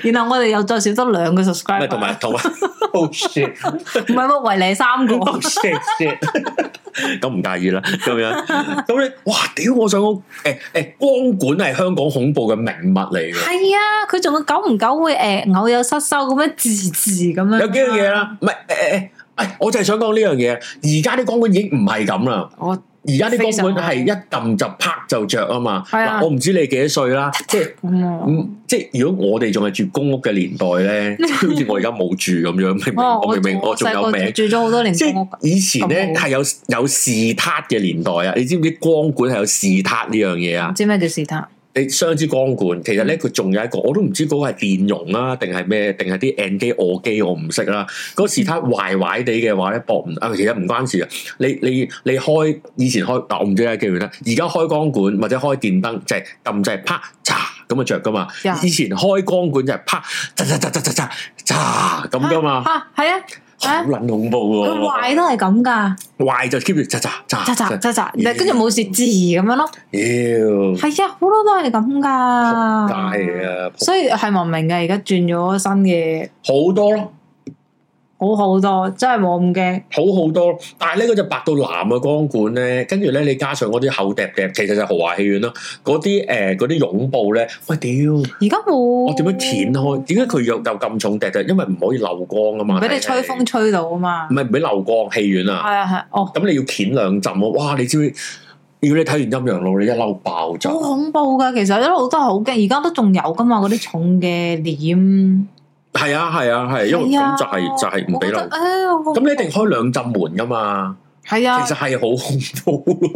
Speaker 1: 然後我哋又再少得兩個 subscribe，
Speaker 2: 係同埋 同埋，oh shit。
Speaker 1: 唔係喎，為你 三個。
Speaker 2: Oh shit shit，咁唔介意啦，咁樣咁咧，哇！屌，我想講，誒誒，光管係香港恐怖嘅名物嚟嘅。
Speaker 1: 係啊，佢仲會久唔久會誒偶有失收咁樣字字咁樣。
Speaker 2: 有幾樣嘢？啦，唔係誒誒誒，我就係想講呢樣嘢。而家啲光管已經唔係咁啦，
Speaker 1: 我
Speaker 2: 而家啲光
Speaker 1: 非常
Speaker 2: 管係一撳就啪就着啊嘛。
Speaker 1: 係啊
Speaker 2: 嗱，我唔知你幾多歲啦，即係。
Speaker 1: 嗯
Speaker 2: 嗯，即係如果我哋仲係住公屋嘅年代咧，即係好似我而家冇住咁樣，明唔明？
Speaker 1: 哦，
Speaker 2: 我明唔明？我仲
Speaker 1: 細
Speaker 2: 有
Speaker 1: 個
Speaker 2: 名。
Speaker 1: 住咗好多年
Speaker 2: 即
Speaker 1: 公屋
Speaker 2: 係
Speaker 1: 㗎。
Speaker 2: 以前咧
Speaker 1: 咁好
Speaker 2: 係有有視撻嘅年代啊！你知唔知光管係有視撻呢樣嘢
Speaker 1: 唔
Speaker 2: 啊？
Speaker 1: 知咩叫事 塔？
Speaker 2: 你雙支光管，其實
Speaker 1: 嗯
Speaker 2: 咧佢仲有一個，我都唔知嗰個係電容啦，定係咩，定係啲 N 機、我機，我唔識啦。嗰個視撻
Speaker 1: 嗯
Speaker 2: 壞壞地嘅話咧，搏唔啊，其實唔關事啊。你你你開以前開，嗱我唔知你記唔記得，而家開光管或者開電燈就係撳掣啪嚓咁啊着噶嘛。
Speaker 1: 呀
Speaker 2: 以前開光管就係啪嚓嚓嚓嚓嚓嚓嚓咁噶嘛，
Speaker 1: 嚇係啊，
Speaker 2: 好撚恐怖
Speaker 1: 佢
Speaker 2: 喎！
Speaker 1: 壞都係咁㗎，
Speaker 2: 壞就 keep 住喳喳喳
Speaker 1: 扎扎扎扎，
Speaker 2: 咦
Speaker 1: 跟住冇事字咁樣咯。
Speaker 2: 妖
Speaker 1: 係啊，好多都係咁㗎。
Speaker 2: 街！啊，
Speaker 1: 所以係文明嘅，而家轉咗新嘅，
Speaker 2: 好多咯，
Speaker 1: 好好多，真係冇咁驚。
Speaker 2: 好好多咯。但係咧嗰只白到藍嘅光管咧，跟住咧你加上嗰啲厚疊疊，其實就係豪華戲院咯。嗰啲誒嗰啲擁抱咧，喂屌！
Speaker 1: 而家冇，
Speaker 2: 我
Speaker 1: 我
Speaker 2: 點樣掀開？點解佢又又咁重疊？就因為唔可以漏光啊嘛。
Speaker 1: 俾你吹風吹到啊嘛
Speaker 2: 唔。係唔俾漏光戲院啊。
Speaker 1: 係啊係啊，哦，
Speaker 2: 咁你要掀兩浸喎，哇！你知唔知？如果你睇完《陰陽路》，你一嬲爆炸
Speaker 1: 好。恐怖噶，其實一路都係好驚，而家都仲有噶嘛，嗰啲重嘅簾。
Speaker 2: 係啊係啊係，因為
Speaker 1: 係啊
Speaker 2: 咁就係就係唔俾漏。
Speaker 1: 我覺得哦唉好恐怖
Speaker 2: 咁你一定開兩浸門噶嘛？
Speaker 1: 係啊
Speaker 2: 其，實係好恐怖啊！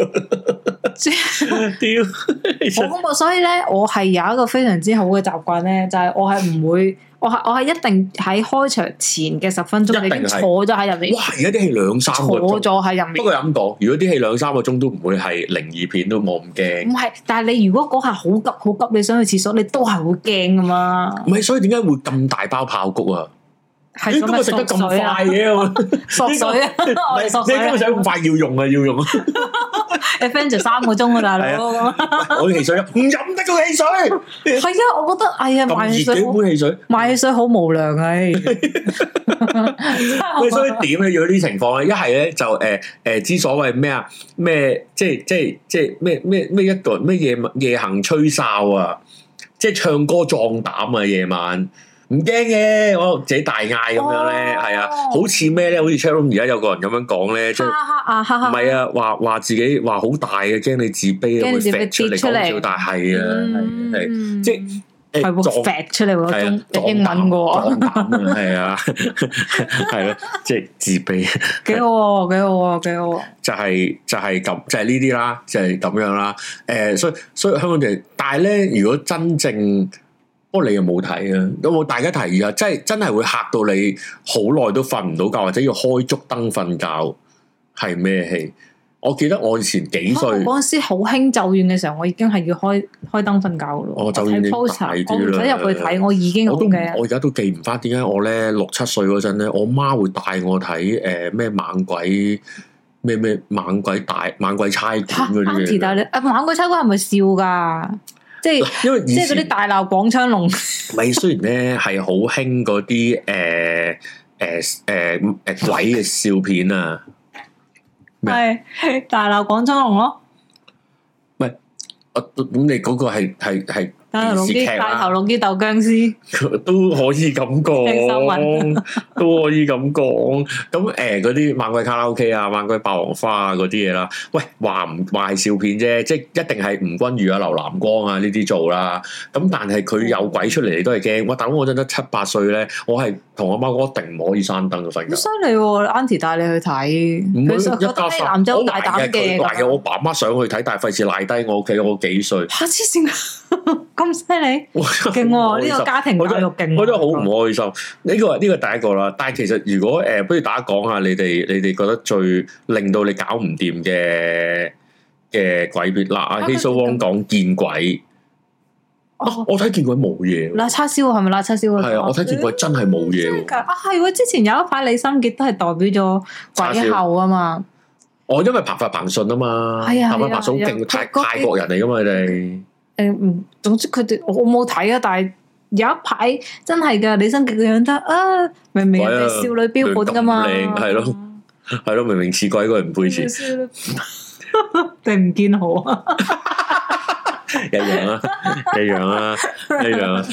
Speaker 1: 即
Speaker 2: 屌，其
Speaker 1: 好
Speaker 2: 實
Speaker 1: 恐怖。所以咧，我係有一個非常之好嘅習慣咧，就係我係唔會，我係我係一定喺開場前嘅十分鐘
Speaker 2: 一
Speaker 1: 已
Speaker 2: 定係
Speaker 1: 經坐咗喺入面，
Speaker 2: 哇！而家啲戲兩三個
Speaker 1: 坐
Speaker 2: 鐘，
Speaker 1: 咗喺入
Speaker 2: 不
Speaker 1: 面。
Speaker 2: 過又咁講，如果啲戲兩三個鐘都唔會係靈異片，都冇咁驚。
Speaker 1: 唔係，但係你如果嗰下好急好急，你想去廁所，你都係會驚噶嘛。
Speaker 2: 唔係，所以點解會咁大包爆谷啊？
Speaker 1: 嗯係
Speaker 2: 咦，今日食得咁快嘅，我
Speaker 1: 啊索水啊， 我
Speaker 2: 唔係
Speaker 1: 哋索
Speaker 2: 你今日食得咁
Speaker 1: 水
Speaker 2: 快，要用啊，要 用啊！
Speaker 1: ，Avenger 三個鐘啊， 大佬咁啊。
Speaker 2: 我啲汽水唔飲得個汽水，
Speaker 1: 係啊，我覺得哎呀，
Speaker 2: 咁
Speaker 1: 買汽
Speaker 2: 熱
Speaker 1: 水好
Speaker 2: 嘅杯汽水。
Speaker 1: 買汽水好無良啊！ 唉 真 係
Speaker 2: 喂，
Speaker 1: 好
Speaker 2: 所以點啊咧？有呢啲情況咧，一係咧就誒誒，之所謂咩啊咩，即係即係即係咩咩咩一個人咩夜晚夜行吹哨啊，即係唱歌壯膽啊，夜晚唔驚嘅，我自己大嗌咁樣咧，
Speaker 1: 哦
Speaker 2: 係啊，好似咩咧？好似 chat room 而家有個人咁樣講 咧，即係
Speaker 1: 哈哈啊哈
Speaker 2: 唔
Speaker 1: 哈，
Speaker 2: 係啊？話話自己話好大嘅，驚你自卑啊，
Speaker 1: 驚
Speaker 2: 會
Speaker 1: 你自己
Speaker 2: 揈出嚟
Speaker 1: 跌出嚟
Speaker 2: 講笑，但係啊，係係
Speaker 1: 嗯，
Speaker 2: 即
Speaker 1: 係
Speaker 2: 誒
Speaker 1: 係
Speaker 2: 壯
Speaker 1: 喎 fat 出嚟
Speaker 2: 係啊
Speaker 1: 喎，中英文嘅喎，
Speaker 2: 壯膽啊，係啊， 係咯，即係自卑。 啊
Speaker 1: 幾好喎，幾好喎，幾好喎，
Speaker 2: 就係、就係、咁，就係呢啲啦，就係、咁樣啦。誒、所以所以香港就係、但係咧，如果真正，不過你又冇睇啊，有冇大家提議啊？真係真係會嚇到你好耐都瞓唔到覺，或者要開足燈瞓覺，係咩戲？我記得我以前幾
Speaker 1: 可能
Speaker 2: 歲，
Speaker 1: 嗰陣時好興咒怨嘅時候，我已經係要開開燈瞓覺嘅咯。
Speaker 2: 哦咒怨
Speaker 1: 睇
Speaker 2: 已經
Speaker 1: poster，
Speaker 2: 大
Speaker 1: 我
Speaker 2: 啲
Speaker 1: 唔
Speaker 2: 啦
Speaker 1: 使入去睇，我已經好
Speaker 2: 我都唔
Speaker 1: 嘅。
Speaker 2: 我而家都記唔翻點解我咧六七歲嗰陣咧，我媽會帶我睇誒咩猛鬼咩咩猛鬼大猛鬼差館
Speaker 1: 嚇
Speaker 2: 嗰啲
Speaker 1: Auntie
Speaker 2: 嘢。
Speaker 1: 但係你啊猛鬼差館係咪笑㗎？即係
Speaker 2: 嗱因為以
Speaker 1: 即係嗰
Speaker 2: 前
Speaker 1: 啲大鬧廣昌隆。
Speaker 2: 咪雖然咧 係好興嗰啲誒誒誒誒鬼嘅笑片啊，咩
Speaker 1: 係大鬧廣昌隆咯，
Speaker 2: 啊咁你嗰個係係係
Speaker 1: 戴頭
Speaker 2: 電
Speaker 1: 龍
Speaker 2: 視
Speaker 1: 基
Speaker 2: 劇
Speaker 1: 戴
Speaker 2: 啦
Speaker 1: 頭龍基鬥僵屍，
Speaker 2: 都可以咁
Speaker 1: 聽新
Speaker 2: 講
Speaker 1: 聞，
Speaker 2: 都可以咁講。咁誒嗰啲萬貴卡拉 OK 啊、萬貴霸王花啊嗰啲嘢啦，喂話唔話係笑片啫，即係一定係吳君如啊、劉南光啊呢啲做啦。咁但係
Speaker 1: 嗯
Speaker 2: 佢有鬼出嚟，你都係驚。哇！大佬我真得七八歲咧，我係同我媽講一定唔可以閂燈啊嘅瞓
Speaker 1: 好
Speaker 2: 覺。
Speaker 1: 犀利喎！Auntie 帶你去睇，
Speaker 2: 唔會
Speaker 1: 佢就覺
Speaker 2: 一
Speaker 1: 得
Speaker 2: 家十
Speaker 1: 啲男仔好
Speaker 2: 我
Speaker 1: 大
Speaker 2: 懷
Speaker 1: 膽
Speaker 2: 疑佢
Speaker 1: 嘅
Speaker 2: 懷疑
Speaker 1: 咁。
Speaker 2: 我爸媽想去睇，但係費事賴低我屋企，我幾歲？
Speaker 1: 嚇黐線， 咁犀利，
Speaker 2: 我
Speaker 1: 勁喎！呢個家庭教育勁喎，
Speaker 2: 我覺得好唔開心。呢、個呢、個第一個啦。但係其實如果誒、呃不如大家講下你哋你哋覺得最令到你搞唔掂嘅嘅鬼片嗱，阿
Speaker 1: 啊
Speaker 2: 希蘇汪講見鬼，啊
Speaker 1: 哦
Speaker 2: 我睇見鬼冇嘢，
Speaker 1: 辣叉燒係咪辣叉燒嗰個？
Speaker 2: 係啊，我睇見鬼真係冇嘢
Speaker 1: 真係㗎
Speaker 2: 喎。
Speaker 1: 啊，係喎！之前有一排李心潔都係代表咗
Speaker 2: 叉
Speaker 1: 鬼
Speaker 2: 燒
Speaker 1: 后啊嘛，
Speaker 2: 我因為彭發彭順啊嘛，
Speaker 1: 係啊
Speaker 2: 彭
Speaker 1: 係
Speaker 2: 發
Speaker 1: 啊
Speaker 2: 彭順
Speaker 1: 係
Speaker 2: 好勁，
Speaker 1: 啊
Speaker 2: 泰
Speaker 1: 嗰嗰
Speaker 2: 泰國人嚟噶嘛，佢哋
Speaker 1: 誒嗯，總之佢哋我我冇睇啊，但係有一排真係㗎，李心潔個樣得啊，明明人哋
Speaker 2: 鬼啊
Speaker 1: 少女標本㗎嘛，嗯
Speaker 2: 佢咁靚係咯係咯，明明似鬼，佢唔配似，
Speaker 1: 少女 你唔見好啊？
Speaker 2: 一樣啦，一樣啦，一樣啦。